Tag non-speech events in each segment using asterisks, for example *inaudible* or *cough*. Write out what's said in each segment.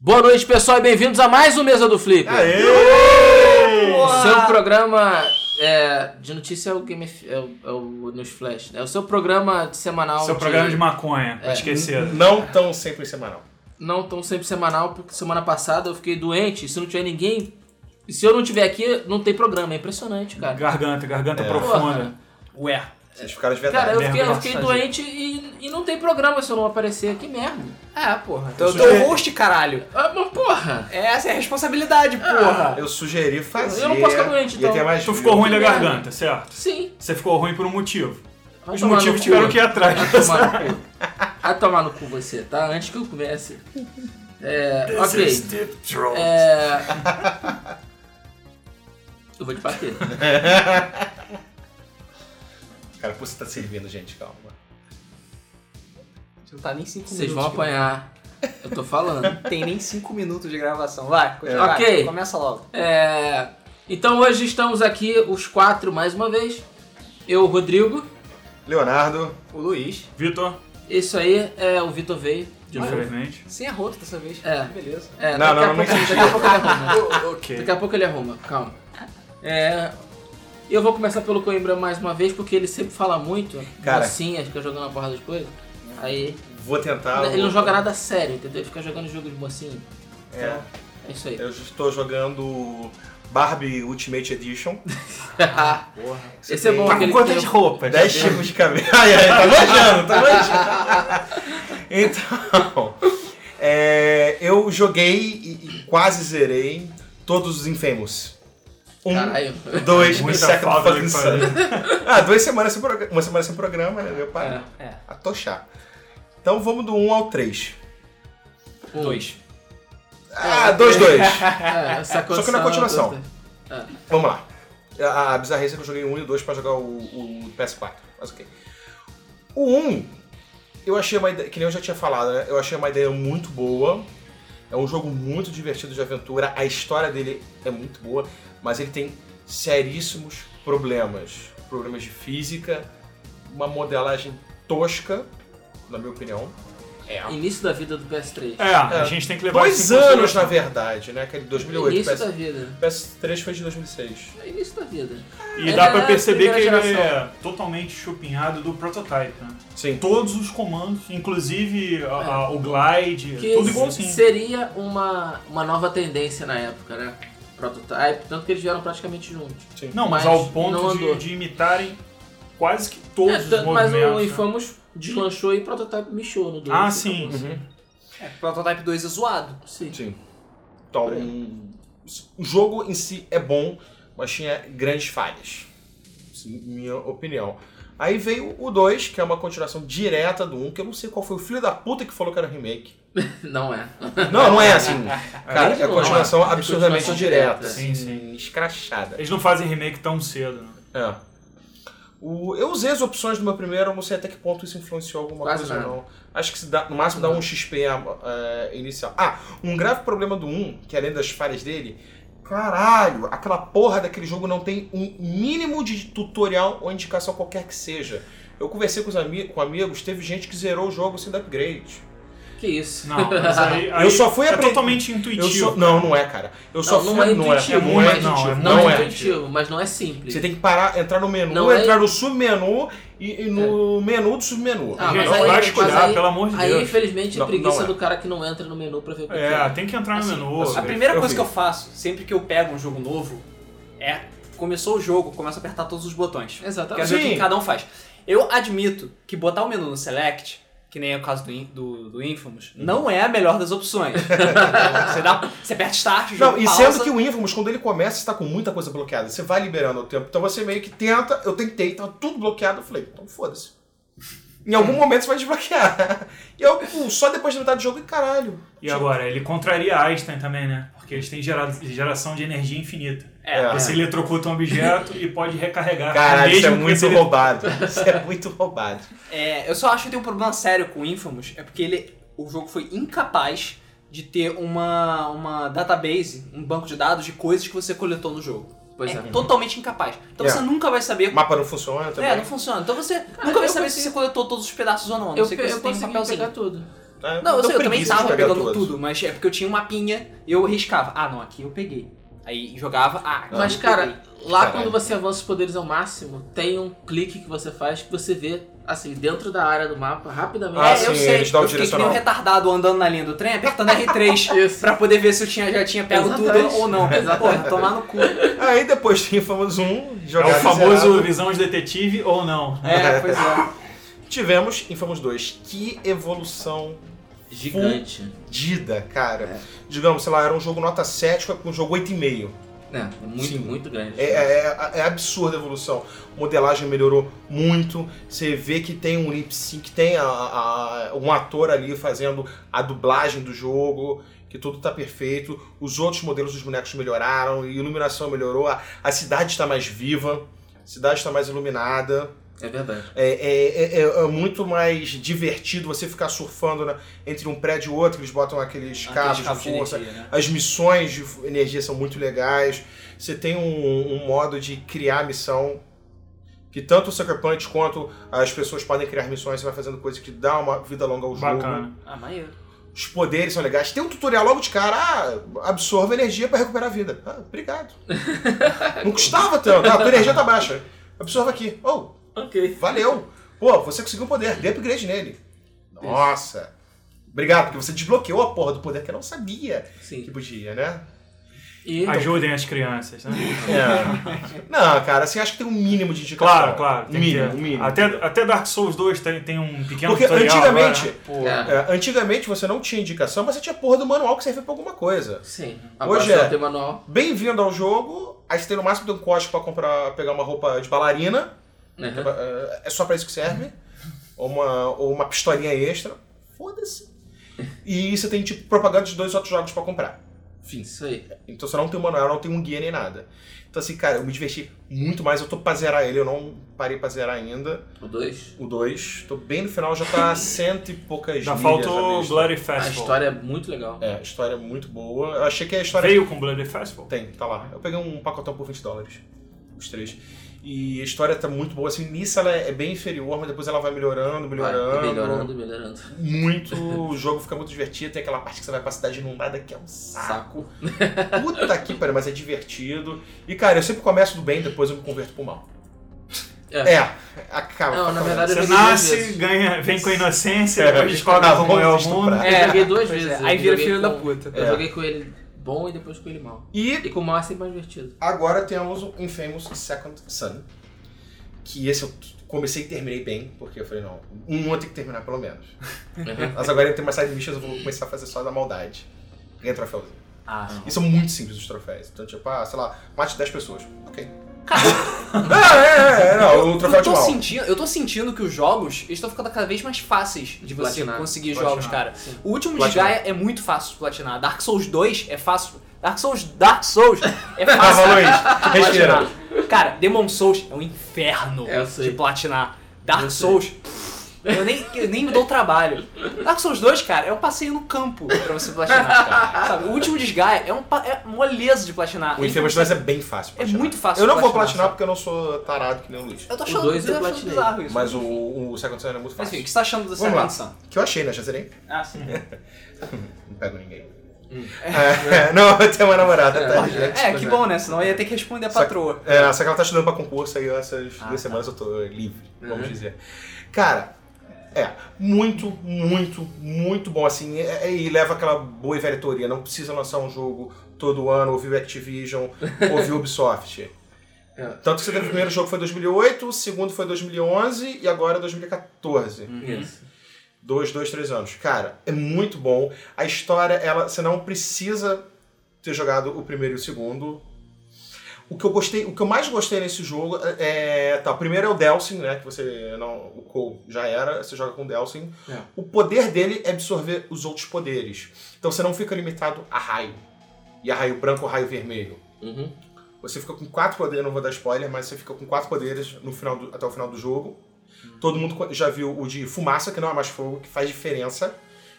Boa noite, pessoal, e bem-vindos a mais um Mesa do Flipper. Aê! O seu programa é, de notícia é o Game F- é o, é o News Flash, né? O seu programa semanal. Seu programa de maconha, É. esqueceram. Não tão sempre semanal. Não tão sempre semanal, porque semana passada eu fiquei doente. e Se não tiver ninguém. e Se eu não tiver aqui, não tem programa. É impressionante, cara. Garganta, garganta profunda. Ué. Vocês ficaram de verdade. Cara, eu fiquei, eu merda, fiquei nossa, doente e, e não tem programa se eu não aparecer. Que merda. É, porra. Então eu tô host, caralho. Ah, mas porra. Essa é a responsabilidade, porra. Eu sugeri fazer. Eu não posso ficar doente, Ia então. ter mais Tu views. ficou ruim da merda. garganta, certo? Sim. Você ficou ruim por um motivo. Vai Os tomar no motivos cu. tiveram que *laughs* ir atrás. Vai *laughs* tomar no cu. Vai tomar no cu você, tá? Antes que eu comece. É, ok. É... Eu vou te bater. né? Cara, pô, você tá servindo, gente, calma. Você não tá nem 5 minutos. Vocês vão de gravação. apanhar. Eu tô falando. Não tem nem 5 minutos de gravação. Vai, É. continua. vai. Ok. Começa logo. É... Então hoje estamos aqui, os quatro, mais uma vez. Eu, o Rodrigo. Leonardo, O Luiz. Vitor, Isso aí é o Vitor veio de novo. infelizmente. Sem a rota dessa vez. É. Beleza. É, Não, daqui, a não, não pouco, entendi. daqui a pouco né? ele arruma. ok. Tá Daqui a pouco ele arruma, calma. É. Eu vou começar pelo Coimbra mais uma vez, porque ele sempre fala muito. Cara. Assim, ele fica jogando uma porra das coisas. Aí. vou tentar. ele não joga nada sério, entendeu? Ele fica jogando jogo de mocinho. É, É isso aí. eu estou jogando Barbie *laughs* Ultimate Edition. Porra. Você Esse é tem bom, Tá aquele com que quantas tem- roupas? 10 tipos de cabelo. *laughs* Ai, ai, tá manjando, tá manjando. *laughs* Então, é, eu joguei e, e quase zerei todos os Infamous. Um, Caralho. dois, Muita Second falta Fucking de Sun. Ah, duas semanas sem programa, uma semana sem programa, né? Meu pai. É. É. Atochar. Então vamos do 1 um ao 3. Um. *laughs* Dois. Ah, 2, 2. É, sacou Só que na só, continuação. dois, dois. Vamos lá. A, a bizarrice é que eu joguei o 1 e o 2 pra jogar o, o PS4. Mas ok. O 1, eu achei uma ideia, que nem eu já tinha falado, né? Eu achei uma ideia muito boa. É um jogo muito divertido de aventura. A história dele é muito boa, mas ele tem seríssimos problemas. Problemas de física, uma modelagem tosca, na minha opinião. É. Início da vida do PS3. É, a gente tem que levar Dois isso em anos, na consideração. verdade, né? Aquele 2008. Início PS... da vida. É PS3 foi de 2006. Início da vida. E dá É, pra perceber que ele primeira é totalmente chupinhado do prototype, né? Sim. Todos os comandos, inclusive a- a- o glide, É. Que tudo assim. igualzinho. seria uma, uma nova tendência na época, né? Prototype, tanto que eles vieram praticamente juntos. Sim. Não, mas, mas ao não ponto andou. de, de imitarem quase que todos É, os tanto- mas movimentos. o então, né? Infamous deslanchou e o prototype mexeu no 2. Ah, sim. Uhum. sim. É, prototype 2 é zoado. Sim. Sim. Então, Por aí. um- o jogo em si é bom, mas tinha grandes falhas. Isso é minha opinião. Aí veio o 2, que é uma continuação direta do 1, que eu não sei qual foi o filho da puta que falou que era um remake. Não é. Não, não é assim. Cara, é Não, continuação é uma absurdamente continuação direta. direta. Sim, assim, Escrachada. Eles não fazem remake tão cedo, né? É. O, eu usei as opções do meu primeiro, eu não sei até que ponto isso influenciou alguma Quase coisa nada. ou não. Acho que se dá- no máximo dá um XP a- é, inicial. Ah, um grave problema do 1, que além das falhas dele, caralho, aquela porra daquele jogo não tem um mínimo de tutorial ou indicação qualquer que seja. Eu conversei com, os ami- com amigos, teve gente que zerou o jogo sem dar upgrade. Que isso. Não, *laughs* mas aí, Eu aí só fui é apre- totalmente Eu intuitivo. né? sou, não, não é, cara. Eu só não fui- é intuitivo, não é, mas- não, intuitivo, é Não, não é é. intuitivo, mas não é simples. Você tem que parar, entrar no menu, Não é- entrar no submenu e, e no É. menu do submenu. Ah, Gente, mas aí- vai mas escolher, aí- pelo amor de Aí, Deus. infelizmente, é Não, preguiça não é. do cara que não entra no menu pra ver o que É, tem que entrar no Assim, menu. assim, A primeira eu coisa vi. que eu faço, sempre que eu pego um jogo novo, é. Começou o jogo, começo a apertar todos os botões. Quero Exatamente. ver o Sim. que cada um faz. Eu admito que botar o menu no Select, que nem é o caso do, In- do, do Infamous, Uhum. não é a melhor *laughs* das opções. você, dá, você aperta Start, o jogo Não, e pausa. sendo que o Infamous, quando ele começa, está com muita coisa bloqueada. Você vai liberando o tempo. Então você meio que tenta, eu tentei, tava tudo bloqueado. Eu falei, então foda-se. Em Hum. algum momento você vai desbloquear. *laughs* E eu, pô, só depois de metade do jogo, e caralho. E agora, ele contraria Einstein também, né? Porque eles têm gera- geração de energia infinita. É, É. Você eletrocuta um objeto e pode recarregar. Caralho, isso é mesmo que muito você- roubado. Isso é muito *laughs* roubado. é, eu só acho que tem um problema sério com o Infamous, é porque ele, o jogo foi incapaz de ter uma, uma database, um banco de dados de coisas que você coletou no jogo. Pois é. é totalmente incapaz. Então É. você nunca vai saber... O mapa não funciona também. É, não funciona. Então você nunca vai eu saber consigo- se você coletou todos os pedaços ou não. A não Eu, ser pe- que você eu tenha um consegui papelzinho. pegar tudo. né? Não, eu deu sei, eu também preguiça de tava pegar pegando todas. tudo, mas é porque eu tinha uma pinha e eu riscava. Ah, não, aqui eu peguei. Aí jogava, ah, aqui Mas, eu cara, peguei. lá Caralho. quando você avança os poderes ao máximo, tem um clique que você faz que você vê, assim, dentro da área do mapa, rapidamente. Ah, é, sim, eu sei, eles dão o eu fiquei que nem um direcional. retardado andando na linha do *laughs* trem, apertando R3 pra poder ver se eu tinha, já tinha pego Exatamente. tudo ou não. Exatamente. É, Porra, tomar no cu. Aí depois tinha o famoso 1, É jogar o famoso zerado. visão de detetive ou não. né? É, *laughs* pois é. Tivemos Infamous 2. Que evolução Gigante. dida, cara. Digamos, sei lá, era um jogo nota 7 com um jogo 8,5. É, muito, Sim. muito grande. É, é, é absurda a evolução. Modelagem melhorou muito. Você vê que tem um lip sync, tem a- a- um ator ali fazendo a dublagem do jogo, que tudo tá perfeito. Os outros modelos dos bonecos melhoraram, a iluminação melhorou, a, a cidade está mais viva, a cidade está mais iluminada. É verdade. É, é- é- é muito mais divertido você ficar surfando né, entre um prédio e outro, eles botam aqueles cabos de Aqueles força. energia, né? As missões de energia são muito legais. Você tem um, um modo de criar missão. Que tanto o Sucker Punch quanto as pessoas podem criar missões, você vai fazendo coisa que dá uma vida longa ao jogo. Bacana. Ah, maneiro. Os poderes são legais. Tem um tutorial logo de cara, ah, absorva energia para recuperar a vida. Ah, obrigado. Não custava tanto. Ah, tua energia tá baixa. Absorva aqui. Oh, Ok. Valeu! Pô, você conseguiu um poder, dê upgrade nele. Nossa! Obrigado, porque você desbloqueou a porra do poder que eu não sabia que Sim. podia, né? E Então. é. Ajudem as crianças, né? Não, cara, assim, acho que tem um mínimo de indicação. É. Claro, claro. Um tem que mínimo, ter. um mínimo. Até, até Dark Souls 2 tem, tem um pequeno Porque tutorial antigamente- agora, né? Pô, É. É, antigamente você não tinha indicação, mas você tinha porra do manual que servia pra alguma coisa. sim. Agora Hoje Hoje é. tem manual. Bem-vindo ao jogo, aí você tem no máximo tem um código pra comprar, pegar uma roupa de bailarina, Uhum. é só pra isso que serve, ou uma, ou uma pistolinha extra. Foda-se. E você tem, tipo, propaganda de dois outros jogos pra comprar. Enfim. Isso aí. Então você não tem um manual, não tem um guia nem nada. Então assim, cara, eu me diverti muito mais, eu tô pra zerar ele, eu não parei pra zerar ainda. O 2. O 2, tô bem no final, já tá cento e poucas já milhas faltou na o lista. Bloody A Festival. história é muito legal. É, a história é muito boa. Eu achei que a história... Veio com Bloody Festival. Tem, tá lá. Eu peguei um pacotão por 20 dólares, os três. E a história tá muito boa, assim, nisso ela é bem inferior, mas depois ela vai melhorando, Vai, é melhorando. melhorando, melhorando. *laughs* Muito, o jogo fica muito divertido, tem aquela parte que você vai pra cidade inundada que é um saco. Saco. Puta que pariu, mas é divertido. E cara, eu sempre começo do bem, depois eu me converto pro mal. É. É, acaba. Não, na verdade eu Você peguei duas nasce, vezes. ganha, vem com a inocência, É, depois descobre tá, como é o vamos mundo. estuprar. Eu joguei duas pois é. vezes. Aí Eu vira joguei filho da com- puta. Eu É. joguei com ele bom e depois com ele mal. E E com o mal é sempre mais divertido. agora temos o Infamous Second Son. Que esse eu comecei e terminei bem, porque eu falei, não, um eu tenho que terminar pelo menos. Uhum. Mas agora eu tenho uma side missions, eu vou começar a fazer só da maldade. um Ganha troféuzinho. Ah, E são é muito simples os troféus. Então, tipo, ah, sei lá, mate 10 pessoas. Ok. é, é, é, não, o troféu Eu de tô, assim. mal. sentindo, eu tô sentindo que os jogos estão ficando cada vez mais fáceis de você Platinar. conseguir Platinar. jogos, cara. Sim. O último Platinar. de Gaia é muito fácil de platinar. Dark Souls 2 é fácil. Dark Souls, Dark Souls *laughs* é Ah, fácil Luiz, de platinar. respira. Cara, Demon Souls é um inferno É, eu sei. de platinar. Dark Eu sei. Souls, pff, eu nem, eu nem me dou trabalho. Dark Souls 2, cara, é um passeio no campo pra você *laughs* platinar, cara. Sabe, o último desgaia é um pa- é moleza de platinar. O Infamous 2 é bem fácil. É platinar. muito fácil Eu não vou platinar platinar, sabe? porque eu não sou tarado que nem o Luiz. Eu tô O achando, dois eu eu tô achando platinei. bizarro isso. é Mas o, o Second Son é muito Mas enfim, o fácil. que você tá achando dessa Vamos lá. condição? Que eu achei, né? Já zerei? Ah, sim. Não pego ninguém. É, *laughs* não, eu tenho uma namorada, tá? gente? Hum. É, que bom, né? Senão eu ia ter que responder a Só que- patroa. É, só que ela tá estudando pra concurso aí, essas Ah, duas tá. semanas eu tô livre, vamos Uhum. dizer. Cara, é, muito, muito, muito bom, assim, é- é- e leva aquela boa e velha teoria, não precisa lançar um jogo todo ano, ouvir o *laughs* Activision, ouvir o Ubisoft. É. Tanto que você teve o primeiro jogo foi em 2008, o segundo foi em 2011 e agora é 2014. Hum. Isso. Dois, dois, três anos. Cara, é muito bom. A história, ela, você não precisa ter jogado o primeiro e o segundo. O que eu gostei, o que eu mais gostei nesse jogo é. é- Tá, o primeiro é o Delsin, né? Que você. Não, o Cole já era, você joga com o Delsin. É. O poder dele é absorver os outros poderes. Então você não fica limitado a raio. E a raio branco, raio vermelho. Uhum. Você fica com quatro poderes, não vou dar spoiler, mas você fica com quatro poderes no final do- até o final do jogo. Todo mundo co- já viu o de fumaça, que não é mais fogo, que faz diferença.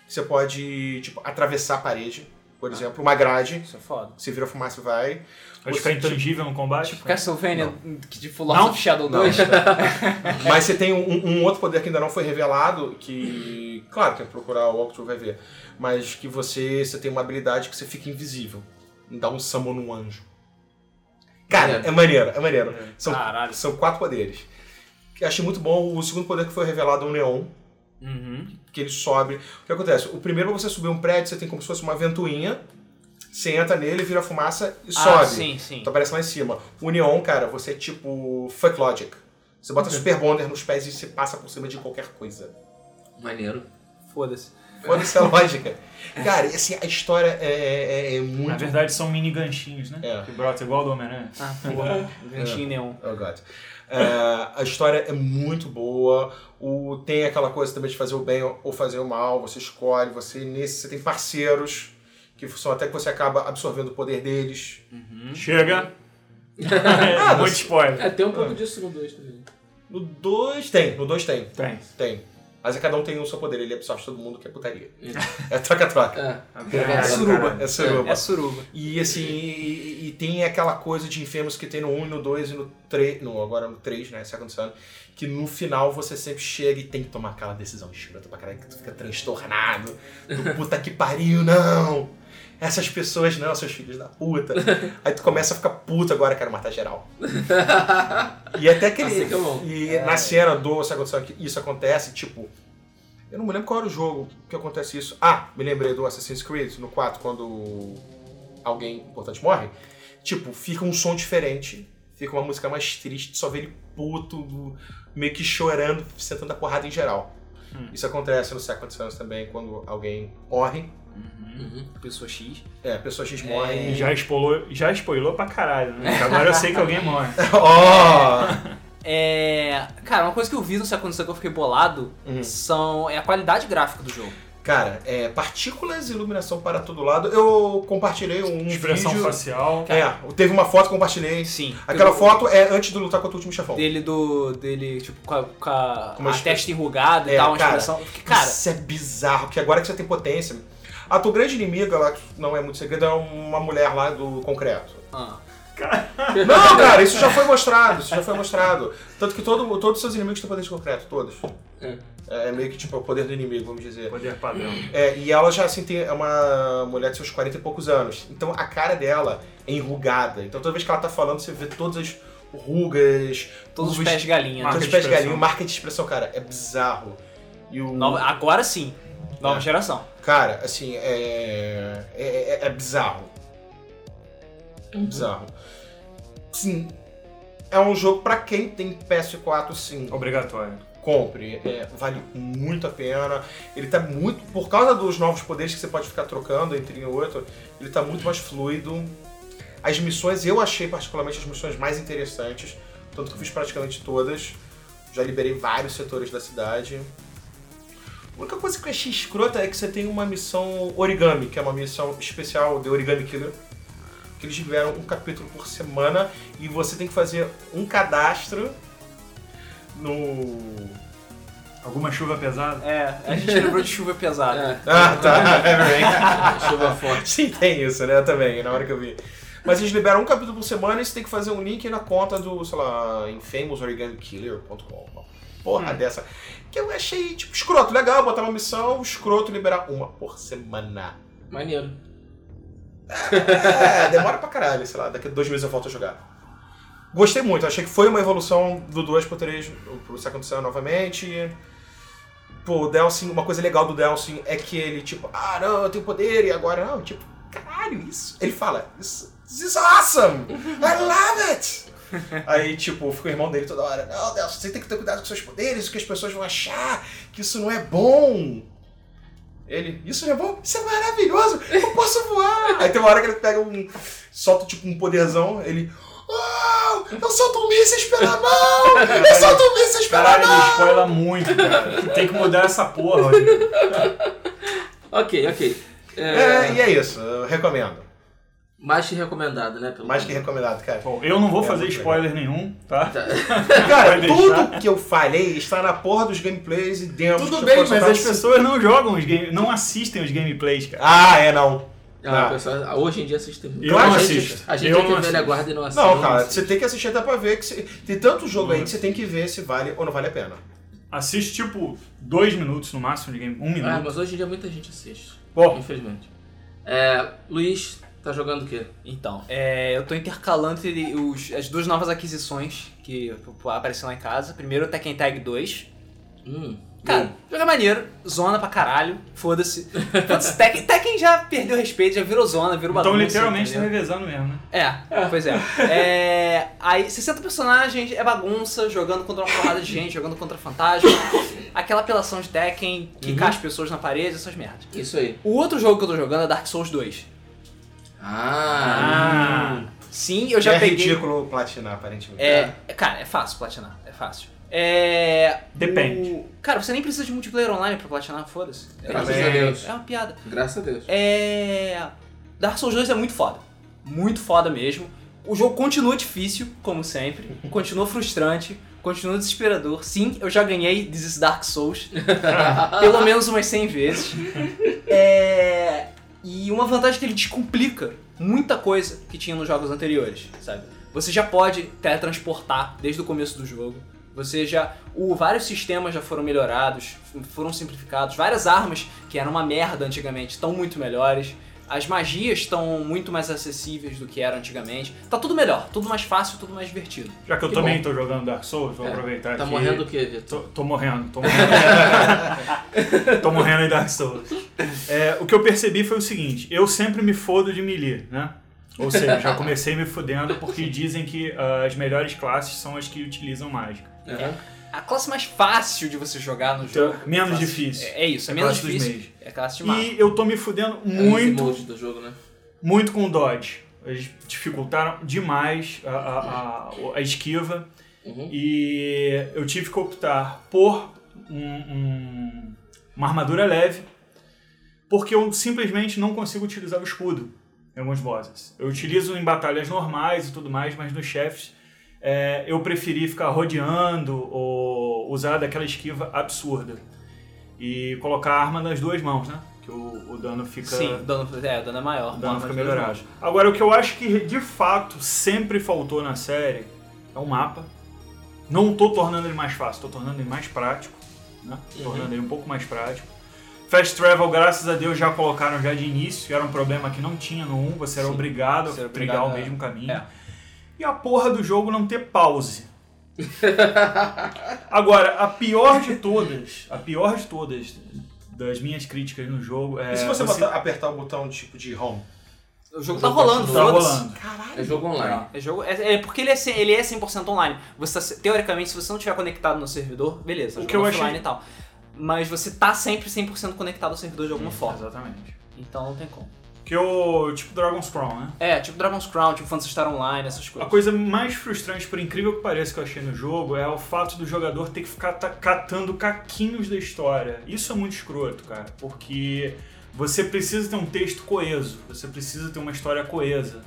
Você pode, tipo, atravessar a parede. por Ah. exemplo, uma grade. Isso é foda. Se vira fumaça e vai. Pode Você- ficar intangível no combate. Castlevania que de Full House Não. of Shadow Não. 2. Mas você tem um, um outro poder que ainda não foi revelado, que. Claro, quem procurar o walkthrough vai ver. Mas que você, você tem uma habilidade que você fica invisível. Dá um summon num anjo. Cara, é maneiro, é maneiro. São, Caralho. são quatro poderes. Que eu achei muito bom. O segundo poder que foi revelado é o neon, Uhum. que ele sobe. O que acontece? O primeiro, pra você subir um prédio, você tem como se fosse uma ventoinha. Você entra nele, vira fumaça e Ah, sobe. sim, sim. Então aparece lá em cima. O Neon, cara, você é tipo Fuck Logic. Você bota Super Bonder nos pés e se passa por cima de qualquer coisa. Maneiro. Foda-se. Foda-se a lógica. Cara, e assim, a história é, é- é muito. Na verdade, são mini ganchinhos, né? É. Que brota igual do Homem-Aranha. Ah, porra. Ganchinho neon. Oh, God. É, a história é muito boa. O, tem aquela coisa também de fazer o bem ou fazer o mal. Você escolhe, você nesse você tem parceiros que são até que você acaba absorvendo o poder deles. Ah. *laughs* Chega! É, Muito spoiler. É, tem um Ah. pouco disso no 2 também. No 2 tem, no 2 tem. Tem. Tem. Mas cada um tem o seu poder, ele absorve todo mundo que é putaria. É troca-troca. É. É, É, suruba. É suruba. É suruba. E assim, e, e tem aquela coisa de Infamous que tem no 1, no 2 e no 3, no, agora no 3, né, Second Son, que no final você sempre chega e tem que tomar aquela decisão escrota pra caralho, que tu fica transtornado, do puta que pariu, não! Essas pessoas não, seus filhos da puta. Aí tu começa a ficar puto agora, quero matar geral. E até aquele. Assim que é bom. E na cena do Second Son que isso acontece, tipo. Eu não me lembro qual era o jogo que acontece isso. Ah, me lembrei do Assassin's Creed, no 4, quando alguém importante morre. Tipo, fica um som diferente, fica uma música mais triste, só vê ele puto, do- meio que chorando, sentando a porrada em geral. Hum. Isso acontece no Second Sons também, quando alguém morre. *laughs* Uhum. Pessoa X. É, a pessoa X morre E e *laughs* já spoilou, já spoilou pra caralho, né? Porque Agora eu sei que alguém morre. Ó! É. Cara, uma coisa que eu vi no Second Sun que eu fiquei bolado Uhum. são... é a qualidade gráfica do jogo. Cara, é, partículas e iluminação para todo lado. Eu compartilhei um Expressão vídeo... facial. É, teve uma foto que eu compartilhei. Sim. Aquela Eu- foto é antes de lutar contra o último chefão. Dele do. dele, tipo, com a, com a, Uma a expressão. testa enrugada e É, tal, uma cara, expressão. Porque, cara, Isso é bizarro, que agora que você tem potência. A tua grande inimiga, ela que não é muito segredo, é uma mulher lá do concreto. ah, *laughs* Não, cara, isso já foi mostrado, isso já foi mostrado. Tanto que todo, todos os seus inimigos têm poder de concreto, todos. É. É meio que tipo o poder do inimigo, vamos dizer. Poder padrão. É, e ela já assim tem é uma mulher de seus 40 e poucos anos. Então a cara dela é enrugada. Então toda vez que ela tá falando, você vê todas as rugas, todos os curvas- pés de galinha. Marca todos Né? os pés de de expressão. galinha, marca de expressão, cara, é bizarro. E o. Nova- agora sim. Nova É. geração. Cara, assim, é. É, é- é bizarro. É bizarro. Sim. É um jogo pra quem tem PS4, sim. Obrigatório. Compre. É, vale muito a pena. Ele tá muito. Por causa dos novos poderes que você pode ficar trocando entre um e outro, ele tá muito mais fluido. As missões, eu achei particularmente as missões mais interessantes. Tanto que eu fiz praticamente todas. Já liberei vários setores da cidade. A única coisa que eu achei escrota é que você tem uma missão origami, que é uma missão especial de Origami Killer. Que eles liberam um capítulo por semana e você tem que fazer um cadastro no. Alguma chuva pesada? É, a gente lembrou de chuva pesada. É. Ah, tá. *laughs* É bem. Chuva forte. Sim, tem isso, né? Eu também, na hora que eu vi. Mas eles liberam um capítulo por semana e você tem que fazer um link na conta do, sei lá, infamousorganimkiller.com. uma Porra Hum. dessa. Que eu achei, tipo, escroto. Legal, botar uma missão, escroto, liberar uma por semana. Maneiro. É, demora pra caralho, sei lá, daqui a dois meses eu volto a jogar. Gostei muito, achei que foi uma evolução do 2 pro 3, pro Second Sun novamente. Pô, o Delsin, uma coisa legal do Delsin é que ele, tipo, ah, não, eu tenho poder e agora não, tipo, caralho, isso. Ele fala, isso this is awesome! I love it! Aí, tipo, fica o irmão dele toda hora, não, Delsin, você tem que ter cuidado com seus poderes, que as pessoas vão achar que isso não é bom. Ele, isso é bom? Isso é maravilhoso! Eu posso voar! Aí tem uma hora que ele pega um. solta tipo um poderzão, ele. Uau! Eu solto um mísseis pela mão! Eu solto um mísseis pela Caralho, mão! ele spoila *laughs* muito, cara. Tem que mudar essa porra, *laughs* Rodrigo. Ok, ok. É, É, e é isso, eu recomendo. Mais que recomendado, né? Pelo Mais que recomendado, cara. Bom, eu não vou É fazer muito spoiler nenhum, tá? Cara, Vai tudo deixar? que eu falei está na porra dos gameplays e demos. Tudo que bem, eu posso mas dar as um- pessoas não jogam os games, não assistem os gameplays, cara. Ah, é não. Ah, Ah. pessoal, hoje em dia assiste muito. Eu a não gente, assisto. A gente Eu é que não é velha assisto. guarda e não assiste. Não, cara, você tem que assistir até pra ver que se- tem tanto jogo aí que você tem que ver se vale ou não vale a pena. Assiste, tipo, dois minutos no máximo de game. Um Ah, minuto. mas hoje em dia muita gente assiste. Bom. Infelizmente. É, Luiz, tá jogando o quê? Então, é, eu tô intercalando entre os- as duas novas aquisições que apareceram lá em casa. Primeiro o Tekken Tag 2. Hum. Cara, Hum. jogo é maneiro, zona pra caralho, foda-se. Foda-se, Tekken, Tekken já perdeu respeito, já virou zona, virou Então, bagunça, literalmente, tá entendeu? revezando mesmo, né? É, pois é. É, Aí, 60 personagens, é bagunça, jogando contra uma porrada de gente, jogando contra fantasma. Aquela apelação de Tekken, quicar as pessoas na parede, essas merdas. Isso aí. O outro jogo que eu tô jogando é Dark Souls 2. Ah. Ah, Sim, eu já é peguei. ridículo platinar, aparentemente. É, cara, é fácil platinar, é fácil. É. Depende. o- Cara, você nem precisa de multiplayer online pra platinar, foda-se. É, Graças Também. a Deus. é uma piada. Ah, Graças a Deus. *laughs* É. Dark Souls 2 é muito foda. Muito foda mesmo. O jogo continua difícil, como sempre. *laughs* Continua frustrante. Continua desesperador. Sim, eu já ganhei This is Dark Souls. pelo menos umas 100 vezes. É. E uma vantagem é que ele descomplica muita coisa que tinha nos jogos anteriores, sabe? Você já pode teletransportar desde o começo do jogo. Você já. O, vários sistemas já foram melhorados, foram simplificados. Várias armas, que eram uma merda antigamente, estão muito melhores. As magias estão muito mais acessíveis do que eram antigamente. Tá tudo melhor, tudo mais fácil, tudo mais divertido. já que eu que também tô jogando Dark Souls, vou É, aproveitar Tá aqui. morrendo o quê, Vitor? Tô, tô morrendo, *laughs* tô morrendo. tô morrendo em Dark Souls. É, o que eu percebi foi o seguinte: eu sempre me fodo de melee, né? Ou seja, já comecei me fodendo porque dizem que ah, as melhores classes são as que utilizam mágica. Aham. A classe mais fácil de você jogar no Então, jogo. menos Fácil. difícil. É, é isso, é É menos classe dos difícil. meios. É classe de mago. E eu tô me fudendo É o easy muito, mode do jogo, né? muito com o dodge. Eles dificultaram demais a, a- a- a esquiva. Uhum. E eu tive que optar por um- um- uma armadura leve, porque eu simplesmente não consigo utilizar o escudo em alguns bosses. Eu utilizo em batalhas normais e tudo mais, mas nos chefes é, eu preferi ficar rodeando ou usar daquela esquiva absurda. E colocar a arma nas duas mãos, né? Que o, o dano fica Sim, o dano, é, o dano é maior. o dano mas fica dois melhorado. não. Ah, Agora, o que eu acho que de fato sempre faltou na série é um mapa. Não tô tornando ele mais fácil, tô tornando ele mais prático. Né? Tô Uhum. Tornando ele um pouco mais prático. Fast Travel, graças a Deus, já colocaram já de início. Era um problema que não tinha no 1, você era Sim, obrigado você a era trilhar obrigado o a- mesmo caminho. É. E a porra do jogo não ter pause. Agora, a pior de todas, a pior de todas das minhas críticas no jogo é. E se você, você- botar- apertar o botão tipo de home? O jogo tá rolando, tá foda-se. rolando. É jogo online. É, jogo, é, é porque ele é, cem- ele é 100% online. Você tá ce- teoricamente, se você não estiver conectado no servidor, beleza, O jogo que eu offline achei- e tal. Mas você tá sempre 100% conectado ao servidor de alguma forma. Exatamente. Então não tem como. Que o tipo Dragon's Crown, né? É, tipo Dragon's Crown, tipo Phantasy Star Online, essas A coisas. coisa mais frustrante, por incrível que pareça, que eu achei no jogo é o fato do jogador ter que ficar ta- catando caquinhos da história. Isso é muito escroto, cara, porque você precisa ter um texto coeso, você precisa ter uma história coesa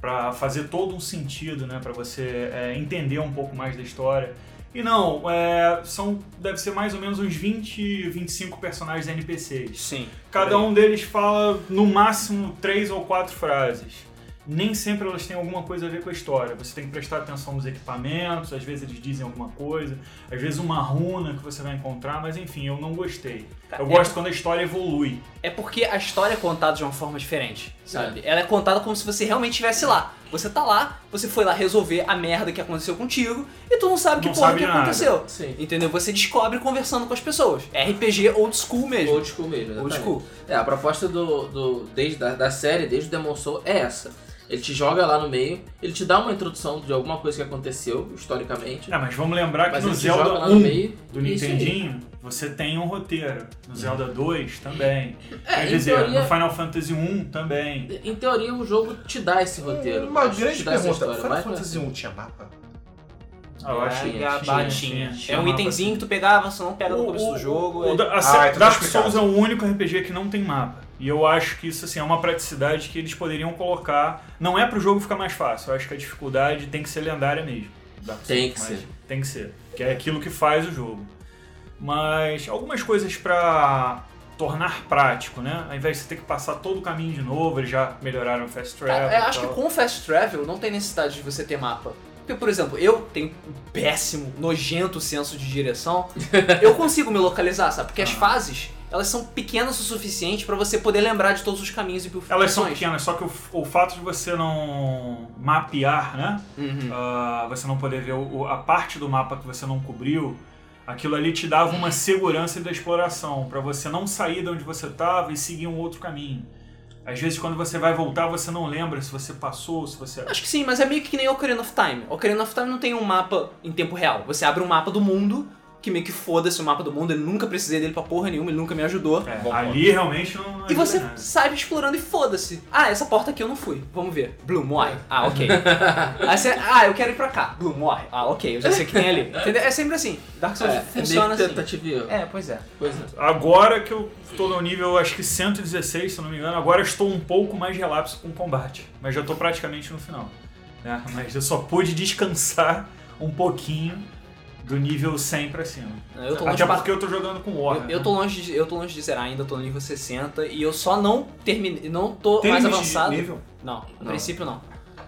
pra fazer todo um sentido, né? Pra você é, entender um pouco mais da história. E não, é, são deve ser mais ou menos uns 20, 25 personagens NPCs. Sim. Cada um deles fala no máximo três ou quatro frases. Nem sempre elas têm alguma coisa a ver com a história. Você tem que prestar atenção nos equipamentos, às vezes eles dizem alguma coisa, às vezes uma runa que você vai encontrar, mas enfim, eu não gostei. Eu é- gosto quando a história evolui. É porque a história é contada de uma forma diferente, sabe? Ela é contada como se você realmente estivesse lá. Você tá lá, você foi lá resolver a merda que aconteceu contigo e tu não sabe Não que porra sabe que nada. aconteceu. Sim. Entendeu? Você descobre conversando com as pessoas. RPG old school mesmo. É Old school mesmo. Old exatamente. school. É, a proposta do, do, desde, da, da série, desde o Demon Soul, é essa. Ele te joga lá no meio, ele te dá uma introdução de alguma coisa que aconteceu historicamente. Ah, mas vamos lembrar que Mas no ele te joga Zelda lá no 1 meio. do e isso aí. Nintendinho, você tem um roteiro. No Zelda 2 também. É, Quer em dizer, teoria- no Final Fantasy 1 também. Em teoria, o jogo te dá esse Um roteiro. Uma acho, grande te dá essa pergunta. história, Final mas não é Fantasy assim. 1 tinha mapa? É, Ah, É, eu acho que Tinha, Gabatinha. tinha. É um itemzinho que tu pegava, você não pega no O- começo o- do jogo. o é- da- a Ah, série então tá Dark explicado. Souls é o único RPG que não tem mapa. E eu acho que isso assim, é uma praticidade que eles poderiam colocar. Não é pro jogo ficar mais fácil. Eu acho que a dificuldade tem que ser lendária mesmo. Dark Souls, Tem que mas ser. Tem que ser. Que é aquilo que faz o jogo. Mas algumas coisas pra tornar prático, né? Ao invés de você ter que passar todo o caminho de novo, eles já melhoraram o fast travel. Cara, eu É, acho e que tal. com o Fast Travel não tem necessidade de você ter mapa. Porque, por exemplo, eu tenho um péssimo, nojento senso de direção. *laughs* eu consigo me localizar, sabe? Porque as Ah. fases, elas são pequenas o suficiente pra você poder lembrar de todos os caminhos e Elas são bifurcações. pequenas, só que o, o fato de você não mapear, né? Uhum. Ah, você não poder ver o- o- a parte do mapa que você não cobriu, aquilo ali te dava uma segurança da exploração, pra você não sair de onde você estava e seguir um outro caminho. Às vezes, quando você vai voltar, você não lembra se você passou, se você. Acho que sim, mas é meio que nem Ocarina of Time. Ocarina of Time não tem um mapa em tempo real. Você abre um mapa do mundo, que meio que foda-se o mapa do mundo, eu nunca precisei dele pra porra nenhuma, ele nunca me ajudou. É, Bom ali realmente não. não E ajuda você nada. sai explorando e foda-se. Ah, essa porta aqui eu não fui. Vamos ver. Blue, morre. Ah, ok. Aí você, ah, eu quero ir pra cá. Blue, morre. Ah, ok. Eu já sei o que tem ali. Entendeu? É sempre assim. Dark Souls É, funciona meio que assim. tentativa e erro. É, pois é. Pois é. Agora que eu tô no nível, acho que 116, se eu não me engano, agora eu estou um pouco mais relapso com o combate. Mas já tô praticamente no final. né? Mas eu só pude descansar um pouquinho do nível 100 pra cima. Eu tô longe Até pra- porque eu tô jogando com né? eu, Warrior. eu tô longe de, eu tô longe de zerar ainda, tô no nível 60 e eu só não terminei, não tô Tem mais limite de avançado. nível? Não, no Não. princípio não.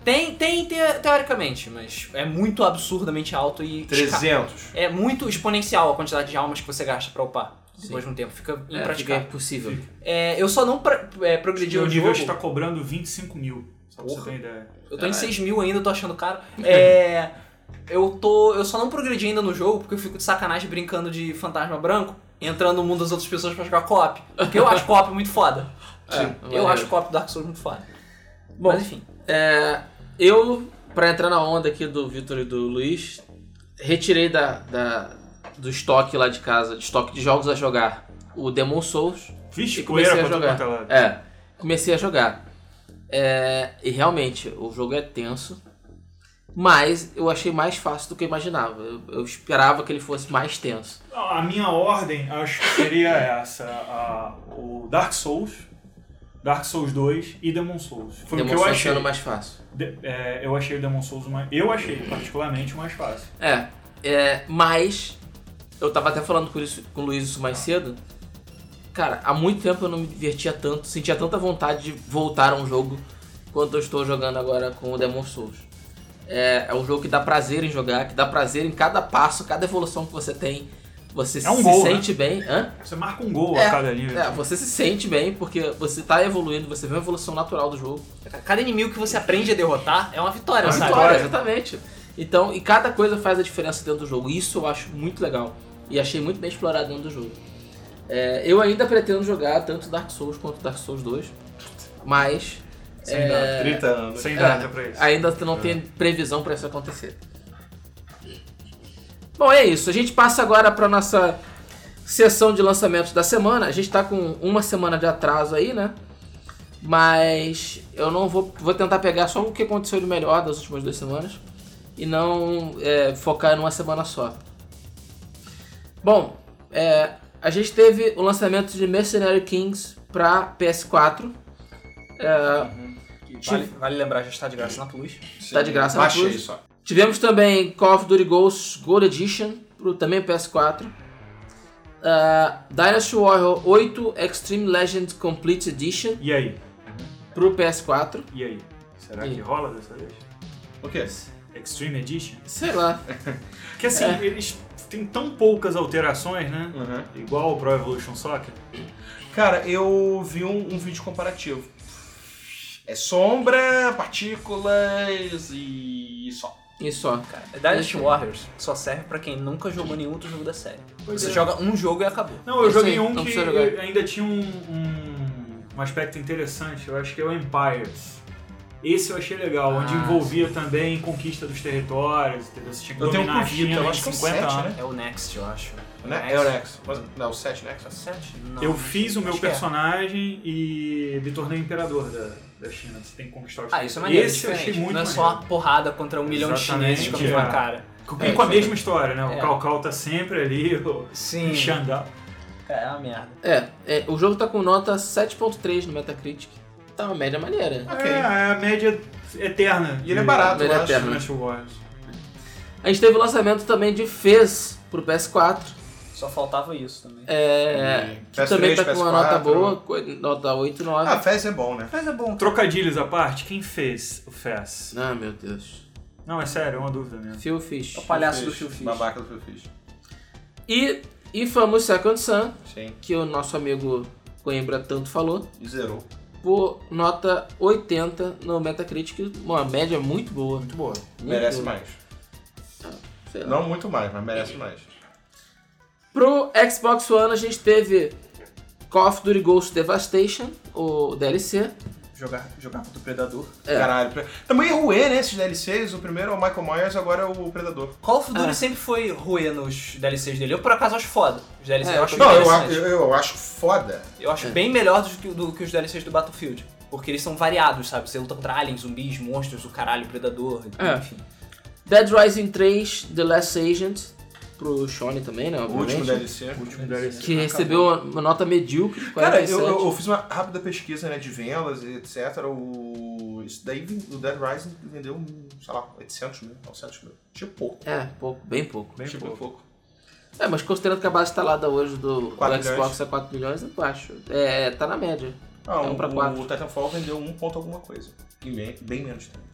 Tem, tem te- teoricamente, mas é muito absurdamente alto e esca- 300. é muito exponencial a quantidade de almas que você gasta pra upar. Sim. Depois de um tempo fica É, fica impraticável. impossível. É, eu só não pra, é, progredi Meu o nível jogo. está tá cobrando 25 mil. Só pra você Porra. ter uma ideia. Eu tô em Caralho. 6 mil ainda, tô achando *laughs* caro. É. Eu tô. Eu só não progredi ainda no jogo porque eu fico de sacanagem brincando de fantasma branco, entrando no mundo das outras pessoas pra jogar co-op. Porque eu acho co-op muito foda. Sim. eu Maneiro. acho co-op do Dark Souls muito foda. Bom, Mas enfim. É, eu, pra entrar na onda aqui do Vitor e do Luiz, retirei da, da- do estoque lá de casa, de estoque de jogos a jogar, o Demon Souls. Vixe, E comecei poeira a pra tudo jogar. quanto é lado. É, comecei a jogar. É, e realmente, o jogo é tenso, mas eu achei mais fácil do que eu imaginava. Eu, eu esperava que ele fosse mais tenso. Não, A minha ordem acho que seria essa: a- o Dark Souls, Dark Souls 2 e Demon Souls. Foi Demon o que eu Souls achei. sendo mais fácil. De- é, eu achei o Demon Souls mais. Eu achei particularmente o mais fácil. É, é, mas eu tava até falando com, isso, com o Luiz isso mais cedo. Cara, há muito tempo eu não me divertia tanto, sentia tanta vontade de voltar a um jogo quanto eu estou jogando agora com o Demon Souls. É, é um jogo que dá prazer em jogar, que dá prazer em cada passo, cada evolução que você tem. Você É um se gol, né? sente bem. Hã? Você marca um gol É, a cada nível. É, você se sente bem porque você tá evoluindo, você vê uma evolução natural do jogo. Cada inimigo que você aprende a derrotar é uma vitória, É uma sabe? vitória, exatamente. Então, e cada coisa faz a diferença dentro do jogo. E Isso eu acho muito legal. E achei muito bem explorado dentro do jogo. É, eu ainda pretendo jogar tanto Dark Souls quanto Dark Souls 2. Mas Sem data. 30 anos. Sem é, data pra isso. ainda não tem previsão pra isso acontecer. Bom, é isso. A gente passa agora pra nossa sessão de lançamentos da semana. A gente tá com uma semana de atraso aí, né? Mas eu não vou. Vou tentar pegar só o que aconteceu de melhor das últimas duas semanas. E não é, focar numa semana só. Bom, é, a gente teve o lançamento de Mercenary Kings pra PS4. É, Vale, vale lembrar, já está de graça na Plus. Tá de graça na Baixei Plus. só. Tivemos também Call of Duty Ghosts Gold Edition, pro, também PS4. Ah, Dynasty Warrior 8 Extreme Legend Complete Edition E aí? pro PS4. E aí? Será E- que rola dessa vez? O quê? Extreme Edition? Sei lá. Porque assim, É. eles têm tão poucas alterações, né? Uhum. Igual o Pro Evolution Soccer. Cara, eu vi um, um vídeo comparativo. É sombra, partículas e só. E só. Dynasty Warriors só serve pra quem nunca jogou nenhum outro jogo da série. Pois você é. joga um jogo e acabou. Não, eu Isso joguei aí, um não que precisa jogar. ainda tinha um, um, um aspecto interessante, eu acho que é o Empires. Esse eu achei legal, onde Ah, envolvia também conquista dos territórios, entendeu? Você tinha que Eu tenho um dominar a convite, China eu em acho que é o 50 sete, anos. né? É o Next, eu acho. Né? É o Nexus. Mas- Não, o 7 Nexus. Sete? Não, Eu fiz o meu acho que é. personagem e me tornei imperador da, da China. Você tem que conquistar os Ah, isso é maneiro, territórios. Esse eu diferente. achei muito Não é maneiro. só uma porrada contra um milhão de Exatamente, chineses com a mesma é. cara. E É, com a isso mesma história, né? É. O Calcal tá sempre ali, o Sim. Xandá. Cara, é uma merda. É, é, o jogo tá com nota 7.3 no Metacritic. Tá uma média maneira. Ok. É, é a média eterna. E ele é de barato, Ele é eu acho. eterno. Smash né, Wars. A gente teve o lançamento também de Fez pro PS4. Só faltava isso também. É, E que PS3, também tá com uma nota PS4. boa, coi- nota 8, 9. Ah, Fez é bom, né? Mas é bom. Trocadilhos à parte, quem fez o Fez? Ah, meu Deus. Não, é sério, é uma dúvida mesmo. Phil Fish. É o palhaço Phil do Fish. Phil Fish. Babaca do que eu fiz. E Infamous Second Son, Sim. que o nosso amigo Coimbra tanto falou, E zerou. por nota 80 no Metacritic, uma média muito boa. Muito boa. Muito Merece boa. mais. Ah, Sei lá. Não muito mais, mas merece mais. Pro Xbox One a gente teve Call of Duty Ghost Devastation, o DLC. Jogar, jogar contra o Predador. É. Caralho. pre- Também é ruê, né? Esses DLCs. O primeiro é o Michael Myers, agora é o Predador. Call of Duty É. sempre foi ruê nos DLCs dele. Eu, por acaso, acho foda. Os DLCs É, eu acho Não, eu, interessantes. acho- eu, eu acho foda. Eu acho bem melhor do que, do que os DLCs do Battlefield. Porque eles são variados, sabe? Você luta contra aliens, zumbis, monstros, o caralho, predador, É. enfim. Dead Rising 3, The Last Agent, pro Shone também, né? O último obviamente. DLC. Último DLC. Que recebeu uma nota medíocre, 47. Cara, eu, eu- eu fiz uma rápida pesquisa né, de vendas e etc. O, isso daí, vem- o Dead Rising vendeu, sei lá, 800 mil, 900 mil. Tipo pouco. É, pouco, bem pouco. Bem tipo pouco. É, mas considerando que a base instalada hoje do, do Quatro Xbox é 4 milhões, eu baixo. É, tá na média. Ah, É um o- pra quatro. o Titanfall vendeu um ponto alguma coisa. E bem, bem menos também.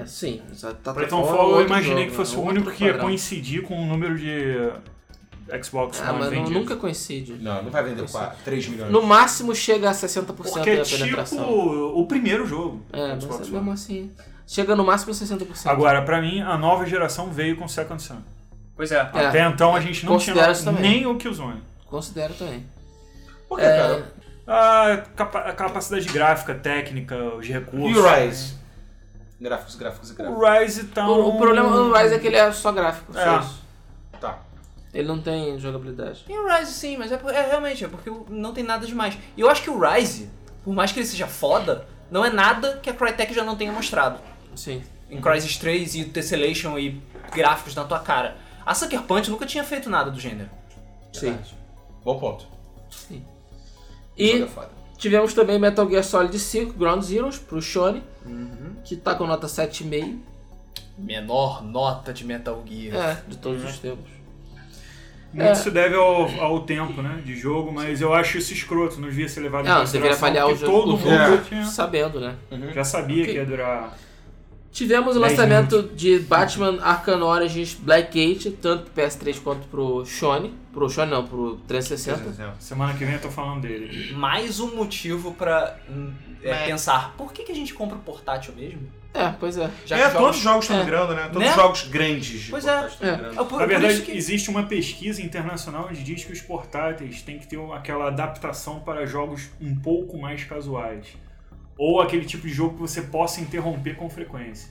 É, sim. Tá, tá Titanfall Então, eu outro imaginei jogo, que fosse né? o Outro único que ia padrão. coincidir com o número de eh, Xbox Ah, One mas não, vendidos. nunca coincide. Não, não vai vender 4, 3 milhões. No máximo chega né, a 60% É. Porque da é tipo penetração. o primeiro jogo. do É, Xbox mas One. mesmo assim. Chega no máximo 60%. Agora, pra mim, a nova geração veio com Second Sun. Pois é. É. Até então a gente não tinha Considero isso também. nem o Killzone. Considero também. Por que, cara? É. A, capa- a capacidade gráfica, técnica, os recursos. E o Rise? Gráficos, gráficos e gráficos. O Rise tá O, um- o problema do Rise é que ele é só gráfico. só É. isso. Tá. Ele não tem jogabilidade. E o Rise sim, mas é, por- é realmente, é porque não tem nada demais. E eu acho que o Rise, por mais que ele seja foda, não é nada que a Crytek já não tenha mostrado. Sim. Em Crysis 3 e Tessellation e gráficos na tua cara. A Sucker Punch nunca tinha feito nada do gênero. Sim. Bom ponto. Sim. Jogo E é foda. tivemos também Metal Gear Solid 5, Ground Zeroes, pro Shone, que tá com nota 7,5. Menor nota de Metal Gear. É, de todos Uhum. os tempos. Muito É. se deve ao, ao tempo, né? De jogo, mas eu acho isso escroto. Não devia ser levado em Não, você consideração. deveria falhar o porque jogo, Todo o mundo jogo tinha- sabendo, né? já sabia Ok. que ia durar. Tivemos o Dez lançamento de Batman Arkham Origins Blackgate, tanto pro PS3 quanto pro Shone. Pro Shone não, pro 360. Semana que vem eu tô falando dele. Mais um motivo pra hum, é, pensar, por que, que a gente compra o portátil mesmo? É, pois é. Já é, que todos jogos- os jogos estão é. migrando, né? Todos Né? os jogos grandes. de Pois portais estão é. migrando. É por, Na por verdade, isso que- existe uma pesquisa internacional onde diz que os portáteis têm que ter aquela adaptação para jogos um pouco mais casuais. Ou aquele tipo de jogo que você possa interromper com frequência.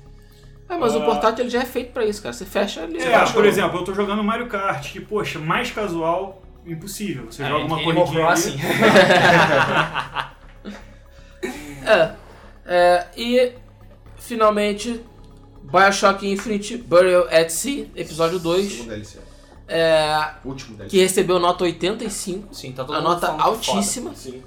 É, mas o Ah. portátil ele já é feito pra isso, cara. Você fecha ali. É, por exemplo, eu tô jogando Mario Kart, que, poxa, mais casual, impossível. Você Ah, É, joga uma Animal corridinha assim. *laughs* Crossing. ali, É. É, e finalmente Bioshock Infinite Burial at Sea, episódio 2, Segundo DLC. é, Último DLC. que recebeu nota 85, Sim, tá todo a mundo nota falando que é altíssima. Sim.